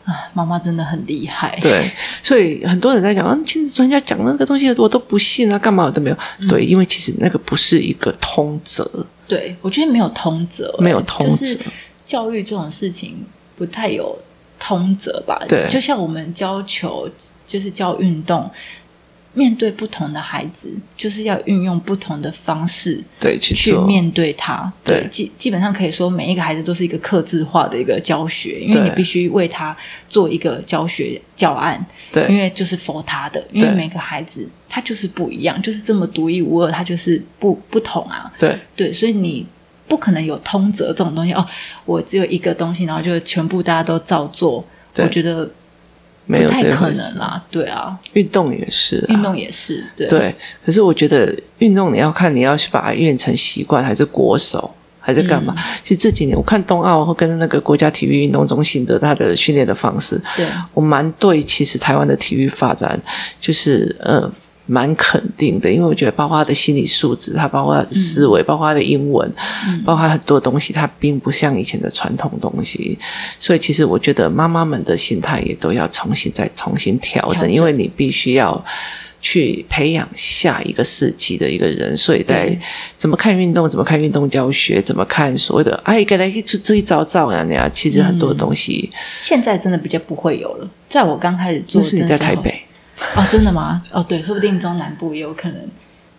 Speaker 2: 啊，妈妈真的很厉害。
Speaker 1: 对，所以很多人在讲啊，亲子专家讲那个东西，我都不信啊，干嘛我都没有。
Speaker 2: 嗯
Speaker 1: 对，因为其实那个不是一个通则。
Speaker 2: 对，我觉得没有通则，欸
Speaker 1: 没有通则
Speaker 2: 就是教育这种事情不太有通则吧？
Speaker 1: 对
Speaker 2: 就像我们教球，就是教运动，面对不同的孩子，就是要运用不同的方式。
Speaker 1: 对，去
Speaker 2: 去
Speaker 1: 做
Speaker 2: 面对他，
Speaker 1: 对
Speaker 2: 基基本上可以说每一个孩子都是一个克制化的一个教学，因为
Speaker 1: 对
Speaker 2: 你必须为他做一个教学教案，因
Speaker 1: 对
Speaker 2: 为就是 for 他的，因为
Speaker 1: 对
Speaker 2: 每个孩子他就是不一样，就是这么独一无二，他就是不不同啊，
Speaker 1: 对
Speaker 2: 对，所以你不可能有通则这种东西哦。我只有一个东西，然后就全部大家都照做，
Speaker 1: 对
Speaker 2: 我觉得
Speaker 1: 没有
Speaker 2: 不太
Speaker 1: 这
Speaker 2: 可
Speaker 1: 回事
Speaker 2: 能。啦。对啊，
Speaker 1: 运动也是、啊，
Speaker 2: 运动也是对
Speaker 1: 对，可是我觉得运动你要看你要去把它练成习惯，还是国手，还是干嘛？
Speaker 2: 嗯
Speaker 1: 其实这几年我看冬奥会跟那个国家体育运动中心的它的训练的方式，
Speaker 2: 对
Speaker 1: 我蛮对其实台湾的体育发展就是呃。蛮肯定的，因为我觉得包括他的心理素质，他包括他的思
Speaker 2: 嗯
Speaker 1: 维，包括他的英文，包括很多东西，它并不像以前的传统东西。所以其实我觉得妈妈们的心态也都要重新再重新调整，
Speaker 2: 调整
Speaker 1: 因为你必须要去培养下一个世纪的一个人，所以在
Speaker 2: 对
Speaker 1: 怎么看运动，怎么看运动教学，怎么看所谓的哎，给来去这一招招啊，你啊，其实很多
Speaker 2: 嗯
Speaker 1: 东西，
Speaker 2: 现在真的比较不会有了。在我刚开始
Speaker 1: 那
Speaker 2: 做的时
Speaker 1: 是
Speaker 2: 候，
Speaker 1: 你在台北，
Speaker 2: 哦，真的吗？哦，对，说不定中南部也有可能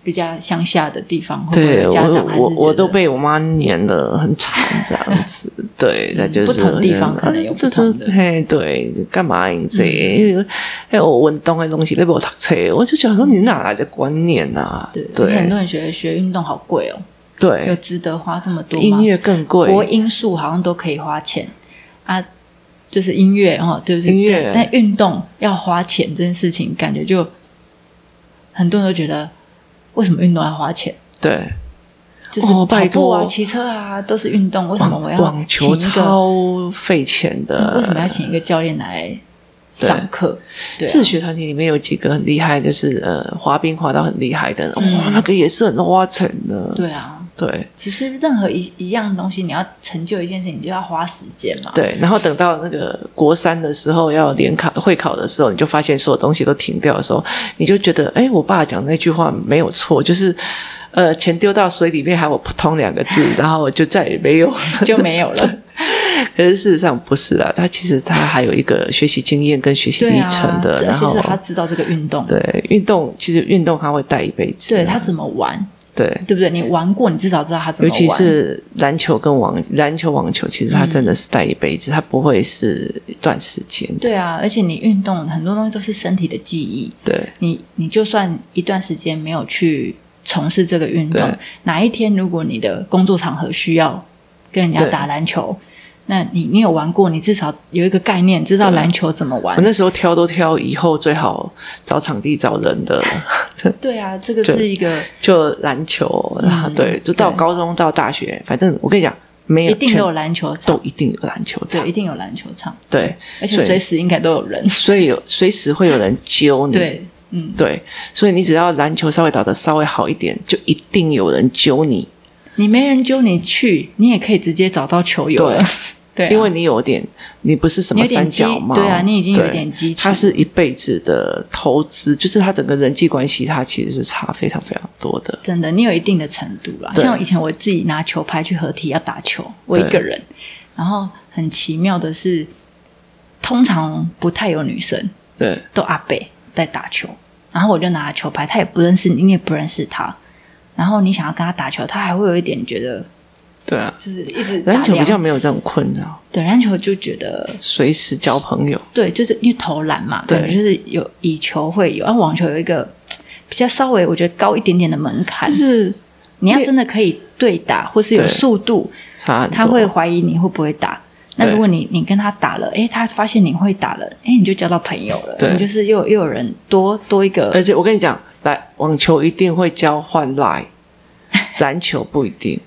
Speaker 2: 比较乡下的地方，会不会
Speaker 1: 对
Speaker 2: 有
Speaker 1: 我
Speaker 2: 家长还是
Speaker 1: 我
Speaker 2: 觉
Speaker 1: 我
Speaker 2: 得
Speaker 1: 都被我妈撵得很惨这样 子，对，那就是
Speaker 2: 嗯
Speaker 1: 哎
Speaker 2: 不同地方可能有
Speaker 1: 这
Speaker 2: 不同的嗯
Speaker 1: 是嘿，对，干嘛你这？哎，我运动的东西你我读册，我就想说你哪来的观念啊？
Speaker 2: 嗯对，而且很多
Speaker 1: 对
Speaker 2: 人觉得学运动好贵哦，有
Speaker 1: 对，
Speaker 2: 值得花这么多吗？
Speaker 1: 音乐更贵，
Speaker 2: 国音数好像都可以花钱啊，就是音乐哦，对不对？
Speaker 1: 音乐
Speaker 2: 但但运动要花钱这件事情，感觉就很多人都觉得，为什么运动要花钱？
Speaker 1: 对，
Speaker 2: 就是
Speaker 1: 哦
Speaker 2: 跑
Speaker 1: 拜
Speaker 2: 步啊、
Speaker 1: 托
Speaker 2: 骑车啊，都是运动，为什么我要
Speaker 1: 网
Speaker 2: 请
Speaker 1: 球
Speaker 2: 一个？嗯
Speaker 1: 超费钱的，
Speaker 2: 为什么要啊请一个教练来上课？对啊
Speaker 1: 自学团体里面有几个很厉害，就是呃，滑冰滑到很厉害的，哇，
Speaker 2: 嗯
Speaker 1: 那个也是很花钱的，
Speaker 2: 对啊，
Speaker 1: 对
Speaker 2: 其实任何一一样东西，你要成就一件事情，你就要花时间嘛。
Speaker 1: 对，然后等到那个国三的时候要联考会考的时候，你就发现所有东西都停掉的时候，你就觉得，哎，我爸讲那句话没有错，就是，呃，钱丢到水里面还我扑通两个 字，然后我就再也没有。
Speaker 2: 就没有了。
Speaker 1: 可是事实上不是啦，他其实他还有一个学习经验跟学习
Speaker 2: 对
Speaker 1: 历
Speaker 2: 啊，
Speaker 1: 程的，
Speaker 2: 而
Speaker 1: 然
Speaker 2: 且
Speaker 1: 后
Speaker 2: 是他知道这个运动，
Speaker 1: 对运动，其实运动他会带一辈子，
Speaker 2: 对他怎么玩，
Speaker 1: 对。
Speaker 2: 对不对？你玩过，你至少知道他怎么
Speaker 1: 尤其
Speaker 2: 玩。
Speaker 1: 是篮球跟网篮球、网球，其实
Speaker 2: 嗯
Speaker 1: 它真的是带一辈子，它不会是一段时间的。
Speaker 2: 对啊，而且你运动很多东西都是身体的记忆，
Speaker 1: 对
Speaker 2: 你你就算一段时间没有去从事这个运动
Speaker 1: 对，
Speaker 2: 哪一天如果你的工作场合需要跟人家
Speaker 1: 对
Speaker 2: 打篮球，那你你有玩过，你至少有一个概念，知道
Speaker 1: 对啊
Speaker 2: 篮球怎么
Speaker 1: 我
Speaker 2: 玩。
Speaker 1: 那时候挑都挑以后最好找场地找人的，
Speaker 2: 对啊，这个
Speaker 1: 对
Speaker 2: 是一个
Speaker 1: 就篮球，然后对，就到
Speaker 2: 嗯对
Speaker 1: 高中到大学，反正我跟你讲，没有
Speaker 2: 一定都有
Speaker 1: 全
Speaker 2: 篮球
Speaker 1: 都
Speaker 2: 场，
Speaker 1: 一定有篮球
Speaker 2: 对，
Speaker 1: 场
Speaker 2: 一，定有篮球场，
Speaker 1: 对，
Speaker 2: 而且
Speaker 1: 所以
Speaker 2: 随时应该都有人。
Speaker 1: 所以有随时会有人揪你，
Speaker 2: 对，嗯，
Speaker 1: 对，所以你只要篮球稍微打得稍微好一点，就一定有人揪你，
Speaker 2: 你没人揪你去，你也可以直接找到球友了。 对啊，
Speaker 1: 因为你有点，你不是什
Speaker 2: 你
Speaker 1: 么
Speaker 2: 有点
Speaker 1: 三
Speaker 2: 基
Speaker 1: 脚猫，
Speaker 2: 对啊，你已经有
Speaker 1: 对
Speaker 2: 点基础。
Speaker 1: 他是一辈子的投资，就是他整个人际关系，他其实是差非常非常多的。
Speaker 2: 真的，你有一定的程度啦。
Speaker 1: 对
Speaker 2: 像以前我自己拿球拍去合体要打球，我一个人，然后很奇妙的是，通常不太有女生，
Speaker 1: 对
Speaker 2: 都阿北在打球，然后我就拿球拍，他也不认识你，你也不认识他，然后你想要跟他打球，他还会有一点觉得
Speaker 1: 对啊，
Speaker 2: 就是一直打
Speaker 1: 篮球比
Speaker 2: 量
Speaker 1: 较没有这种困扰，
Speaker 2: 对篮球就觉得
Speaker 1: 随时交朋友。
Speaker 2: 对，就是因为投篮嘛，
Speaker 1: 对
Speaker 2: 感觉就是有以球会友，然后网球有一个比较稍微我觉得高一点点的门槛，
Speaker 1: 就是
Speaker 2: 你要真的可以对打或是有
Speaker 1: 对
Speaker 2: 速度，
Speaker 1: 差很多，
Speaker 2: 他会怀疑你会不会打。那
Speaker 1: 对
Speaker 2: 如果你你跟他打了，诶，他发现你会打了，诶，你就交到朋友了，
Speaker 1: 对
Speaker 2: 你就是又又有人多多一个
Speaker 1: 而且我跟你讲，来网球一定会交换 line，篮球不一定。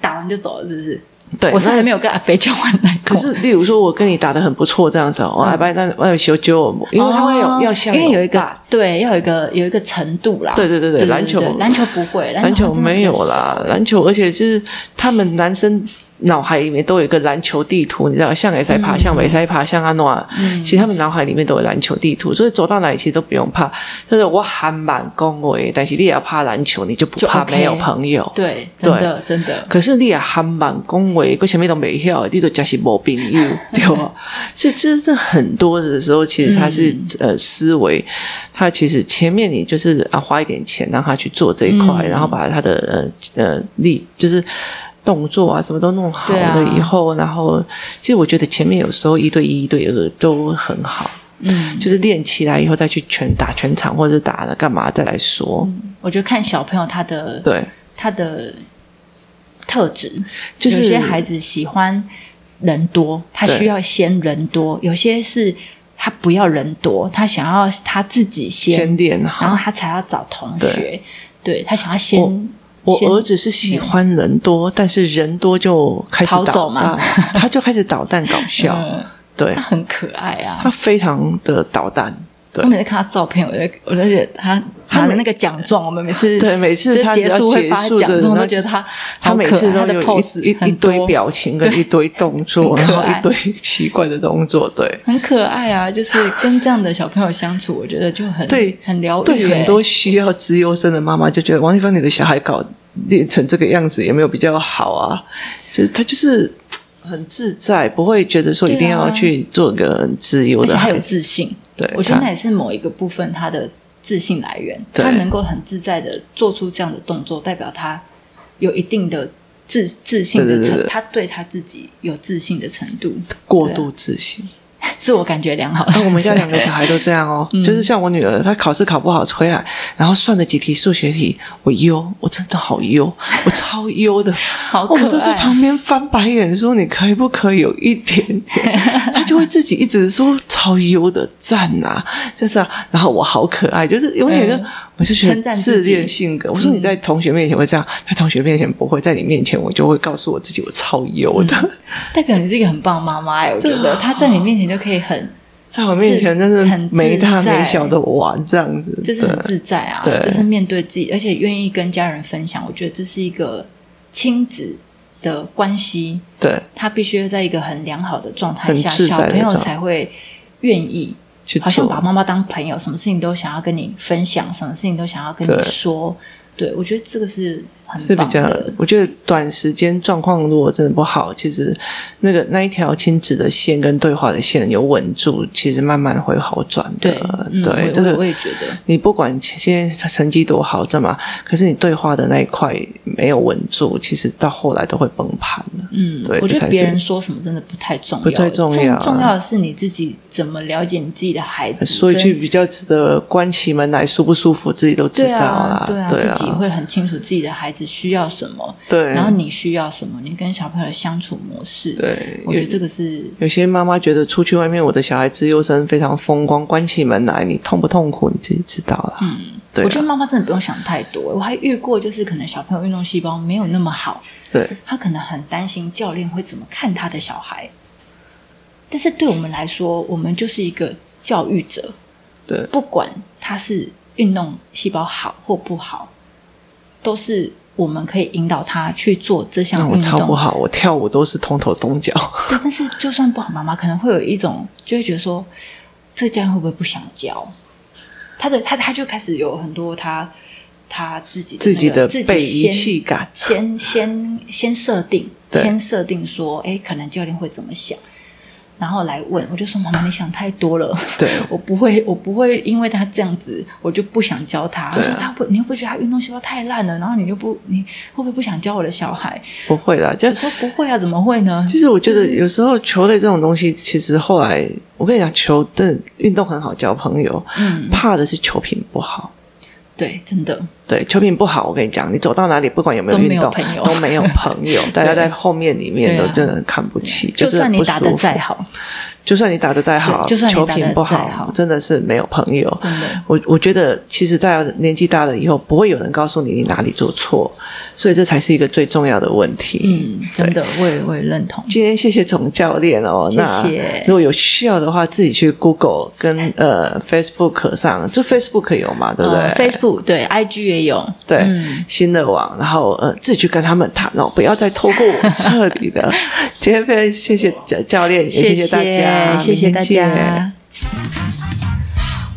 Speaker 2: 打完就走了，是不是？
Speaker 1: 对，
Speaker 2: 我是
Speaker 1: 那
Speaker 2: 还没有跟阿北交换来过，
Speaker 1: 可是，例如说，我跟你打的很不错，这样子哦，我阿伯那我有修纠我，因为他会有
Speaker 2: 嗯哦
Speaker 1: 要像
Speaker 2: 因为有一
Speaker 1: 老
Speaker 2: 个
Speaker 1: 大
Speaker 2: 对，要有一个有一个程度啦。
Speaker 1: 对对对对
Speaker 2: 对，
Speaker 1: 篮球
Speaker 2: 对篮球不会，
Speaker 1: 篮球
Speaker 2: 真的欸
Speaker 1: 没
Speaker 2: 比较
Speaker 1: 有啦
Speaker 2: 少，
Speaker 1: 篮球而且就是他们男生脑海里面都有一个篮球地图，你知道，向北塞爬，向北塞爬，向阿诺啊，
Speaker 2: 嗯
Speaker 1: 其实他们脑海里面都有篮球地图，所以走到哪里其实都不用怕。就是我喊满恭维，但是你也怕篮球，你就不
Speaker 2: 就
Speaker 1: 怕
Speaker 2: OK
Speaker 1: 没有朋友。
Speaker 2: 对，
Speaker 1: 对
Speaker 2: 真的真的，
Speaker 1: 可是你也喊满恭维，个什么都没晓，你都真是没朋 友，对吧？这这这很多的时候，其实他是、
Speaker 2: 嗯
Speaker 1: 呃思维，他其实前面你就是啊花一点钱让他去做这一块，
Speaker 2: 嗯
Speaker 1: 然后把他的呃呃力就是。动作啊，什么都弄好
Speaker 2: 对
Speaker 1: 了
Speaker 2: 啊
Speaker 1: 以后，然后其实我觉得前面有时候一对一、一对二都很好，
Speaker 2: 嗯，
Speaker 1: 就是练起来以后再去全打全场，或者是打了干嘛再来说。
Speaker 2: 我觉得看小朋友他的
Speaker 1: 对，
Speaker 2: 他的特质，
Speaker 1: 就是
Speaker 2: 有些孩子喜欢人多，他
Speaker 1: 对
Speaker 2: 需要先人多；有些是他不要人多，他想要他自己先，
Speaker 1: 先练
Speaker 2: 然
Speaker 1: 好
Speaker 2: 后。他才要找同学。对他想要先
Speaker 1: 我，我
Speaker 2: 先
Speaker 1: 儿子是喜欢人多，但是人多就开始
Speaker 2: 逃
Speaker 1: 捣
Speaker 2: 走嘛
Speaker 1: 蛋，啊他就开始捣蛋搞笑，
Speaker 2: 嗯
Speaker 1: 对
Speaker 2: 他很可爱啊
Speaker 1: 他。非常的捣蛋，对
Speaker 2: 我每次看他照片，我就我就觉得他他
Speaker 1: 每
Speaker 2: 的那个奖状，我们每次
Speaker 1: 对每次
Speaker 2: 就是
Speaker 1: 他只
Speaker 2: 结
Speaker 1: 要
Speaker 2: 束会
Speaker 1: 结
Speaker 2: 发
Speaker 1: 束
Speaker 2: 奖
Speaker 1: 的
Speaker 2: 状，
Speaker 1: 那
Speaker 2: 都觉得他
Speaker 1: 他
Speaker 2: 好
Speaker 1: 每
Speaker 2: 可
Speaker 1: 次
Speaker 2: 爱
Speaker 1: 都
Speaker 2: 他的
Speaker 1: 有
Speaker 2: pose
Speaker 1: 一一一
Speaker 2: 很
Speaker 1: 堆
Speaker 2: 多
Speaker 1: 表情跟一堆动作，
Speaker 2: 很
Speaker 1: 然
Speaker 2: 可
Speaker 1: 后
Speaker 2: 爱
Speaker 1: 一堆奇怪的动作，对。
Speaker 2: 很可爱啊，就是跟这样的小朋友相处，我觉得就很
Speaker 1: 对，
Speaker 2: 很疗愈、
Speaker 1: 对
Speaker 2: 欸
Speaker 1: 很多需要资优生的妈妈就觉得王一芳，你的小孩搞练成这个样子也没有比较好啊，就是他就是很自在，不会觉得说一定
Speaker 2: 对啊
Speaker 1: 要去做个很资优
Speaker 2: 而且
Speaker 1: 的
Speaker 2: 他
Speaker 1: 孩
Speaker 2: 有
Speaker 1: 子。
Speaker 2: 自信。
Speaker 1: 对
Speaker 2: 我觉得
Speaker 1: 他
Speaker 2: 那也是某一个部分他的自信来源，
Speaker 1: 对
Speaker 2: 他能够很自在的做出这样的动作，代表他有一定的自自信
Speaker 1: 对
Speaker 2: 的
Speaker 1: 对
Speaker 2: 程，
Speaker 1: 对对
Speaker 2: 他对他自己有自信的程度，啊
Speaker 1: 过度自信。
Speaker 2: 自我感觉良好。
Speaker 1: 那、我们家两个小孩都这样 哦，就是像我女儿，她考试考不好回来，然后算了几题数学题，我优，我真的好优，我超优的，
Speaker 2: 好可
Speaker 1: 哦
Speaker 2: 爱
Speaker 1: 我就在旁边翻白眼说：“你可以不可以有一点 点？”她就会自己一直说超优的赞啊，就是啊，然后我好可爱，就是永远就、
Speaker 2: 嗯
Speaker 1: 我就觉
Speaker 2: 称
Speaker 1: 得
Speaker 2: 赞
Speaker 1: 自
Speaker 2: 自己嗯
Speaker 1: 恋性格。我说你在同学面前会这样，在同学面前不会，在你面前我就会告诉我自己我超优的。
Speaker 2: 嗯代表你是一个很棒的妈妈哎、我觉
Speaker 1: 对啊
Speaker 2: 得他在你面前就可以很
Speaker 1: 在我面前真是
Speaker 2: 很自
Speaker 1: 没大没
Speaker 2: 在
Speaker 1: 小的玩这样子，
Speaker 2: 就是很
Speaker 1: 对
Speaker 2: 自在啊，
Speaker 1: 对
Speaker 2: 就是面对自己，而且愿意跟家人分享。我觉得这是一个亲子的关系，
Speaker 1: 对，
Speaker 2: 他必须要在一个很良好的状态下，
Speaker 1: 很自在
Speaker 2: 小
Speaker 1: 的
Speaker 2: 朋友
Speaker 1: 状态
Speaker 2: 才会愿意，
Speaker 1: 去
Speaker 2: 好像
Speaker 1: 做
Speaker 2: 把妈妈当朋友，什么事情都想要跟你分享，什么事情都想要跟你
Speaker 1: 对
Speaker 2: 说。对，我觉得这个是
Speaker 1: 是
Speaker 2: 很
Speaker 1: 比
Speaker 2: 棒
Speaker 1: 较
Speaker 2: 的，，
Speaker 1: 我觉得短时间状况如果真的不好，其实那个那一条亲子的线跟对话的线有稳住，其实慢慢会好转的
Speaker 2: 对。嗯我也
Speaker 1: 这个
Speaker 2: 我也觉得
Speaker 1: 你不管现在成绩多好，这嘛，可是你对话的那一块没有稳住，其实到后来都会崩盘的。
Speaker 2: 嗯
Speaker 1: 对，
Speaker 2: 我觉
Speaker 1: 这才
Speaker 2: 得
Speaker 1: 是
Speaker 2: 别人说什么真的不太重要，
Speaker 1: 不太重要啊
Speaker 2: 重重要的是你自己怎么了解你自己的孩子，
Speaker 1: 说一
Speaker 2: 跟
Speaker 1: 句比较值得关起门来舒不舒服，自己都知
Speaker 2: 对
Speaker 1: 道啦
Speaker 2: 啊，。对啊，
Speaker 1: 对
Speaker 2: 自己会很清楚自己的孩子需要什么，
Speaker 1: 对啊
Speaker 2: 然后你需要什么，你跟小朋友的相处模式，，
Speaker 1: 对，
Speaker 2: 我觉得
Speaker 1: 有
Speaker 2: 这个是
Speaker 1: 有些妈妈觉得出去外面，我的小孩自优生非常风光，关起门来，你痛不痛苦你自己知道啦。嗯，对
Speaker 2: 我觉
Speaker 1: 啊，
Speaker 2: 得妈妈真的不用想太多。我还遇过，就是可能小朋友运动细胞没有那么好，
Speaker 1: 对
Speaker 2: 他可能很担心教练会怎么看他的小孩。但是对我们来说，我们就是一个教育者，
Speaker 1: 对
Speaker 2: 不管他是运动细胞好或不好，都是我们可以引导他去做这项
Speaker 1: 那我
Speaker 2: 运
Speaker 1: 超不
Speaker 2: 动。
Speaker 1: 好，我跳舞都是通头东脚。
Speaker 2: 对，但是就算不好，妈妈可能会有一种就会觉得说，这个教练会不会不想教？他的他他就开始有很多他他自己的、
Speaker 1: 自己
Speaker 2: 那个
Speaker 1: 的
Speaker 2: 嗯啊自己
Speaker 1: 被遗
Speaker 2: 先
Speaker 1: 弃感
Speaker 2: 先先先设定，
Speaker 1: 对
Speaker 2: 先设定说，哎，可能教练会怎么想？然后来问，我就说妈妈，你想太多了。
Speaker 1: 对，
Speaker 2: 我不会，我不会因为他这样子，我就不想教他。
Speaker 1: 对啊
Speaker 2: 我说他不，你又不觉得他运动细胞太烂了，然后你就不，你会不会不想教我的小孩？
Speaker 1: 不会啦，就
Speaker 2: 我说不会啊，怎么会呢？
Speaker 1: 其实我觉得有时候球类这种东西，其实后来我跟你讲，球的运动很好交朋友，
Speaker 2: 嗯，
Speaker 1: 怕的是球品不好。
Speaker 2: 对，真的，
Speaker 1: 对，球品不好，我跟你讲，你走到哪里，不管有没有
Speaker 2: 都没
Speaker 1: 运
Speaker 2: 有
Speaker 1: 动，
Speaker 2: 朋友
Speaker 1: 都没有朋友，大家在后面里面
Speaker 2: 对
Speaker 1: 都
Speaker 2: 啊
Speaker 1: 真的很看不起，
Speaker 2: 就是算
Speaker 1: 很
Speaker 2: 你
Speaker 1: 不
Speaker 2: 打
Speaker 1: 舒
Speaker 2: 得
Speaker 1: 服
Speaker 2: 再，好，
Speaker 1: 就算你打得再好，
Speaker 2: 对就算你
Speaker 1: 球
Speaker 2: 打
Speaker 1: 品
Speaker 2: 得
Speaker 1: 不
Speaker 2: 再好
Speaker 1: 真的是没有朋友。
Speaker 2: 真的，
Speaker 1: 我我觉得，其实，在年纪大了以后，不会有人告诉你你哪里做错，所以这才是一个最重要的问题。
Speaker 2: 嗯，真的，我也我也认同。
Speaker 1: 今天谢谢总教练哦，
Speaker 2: 谢
Speaker 1: 那
Speaker 2: 谢哎
Speaker 1: 如果有需要的话，自己去 Google 跟呃 Facebook 上，就 Facebook 有嘛，对不对、
Speaker 2: 呃，Facebook 对，IG 也有，
Speaker 1: 对、
Speaker 2: 嗯
Speaker 1: 新的网，然后呃自己去跟他们谈哦，不要再透过 我这里的。今天非常谢谢教教练，也
Speaker 2: 谢
Speaker 1: 谢大家，
Speaker 2: 谢谢
Speaker 1: 明天
Speaker 2: 大
Speaker 1: 见
Speaker 2: 家。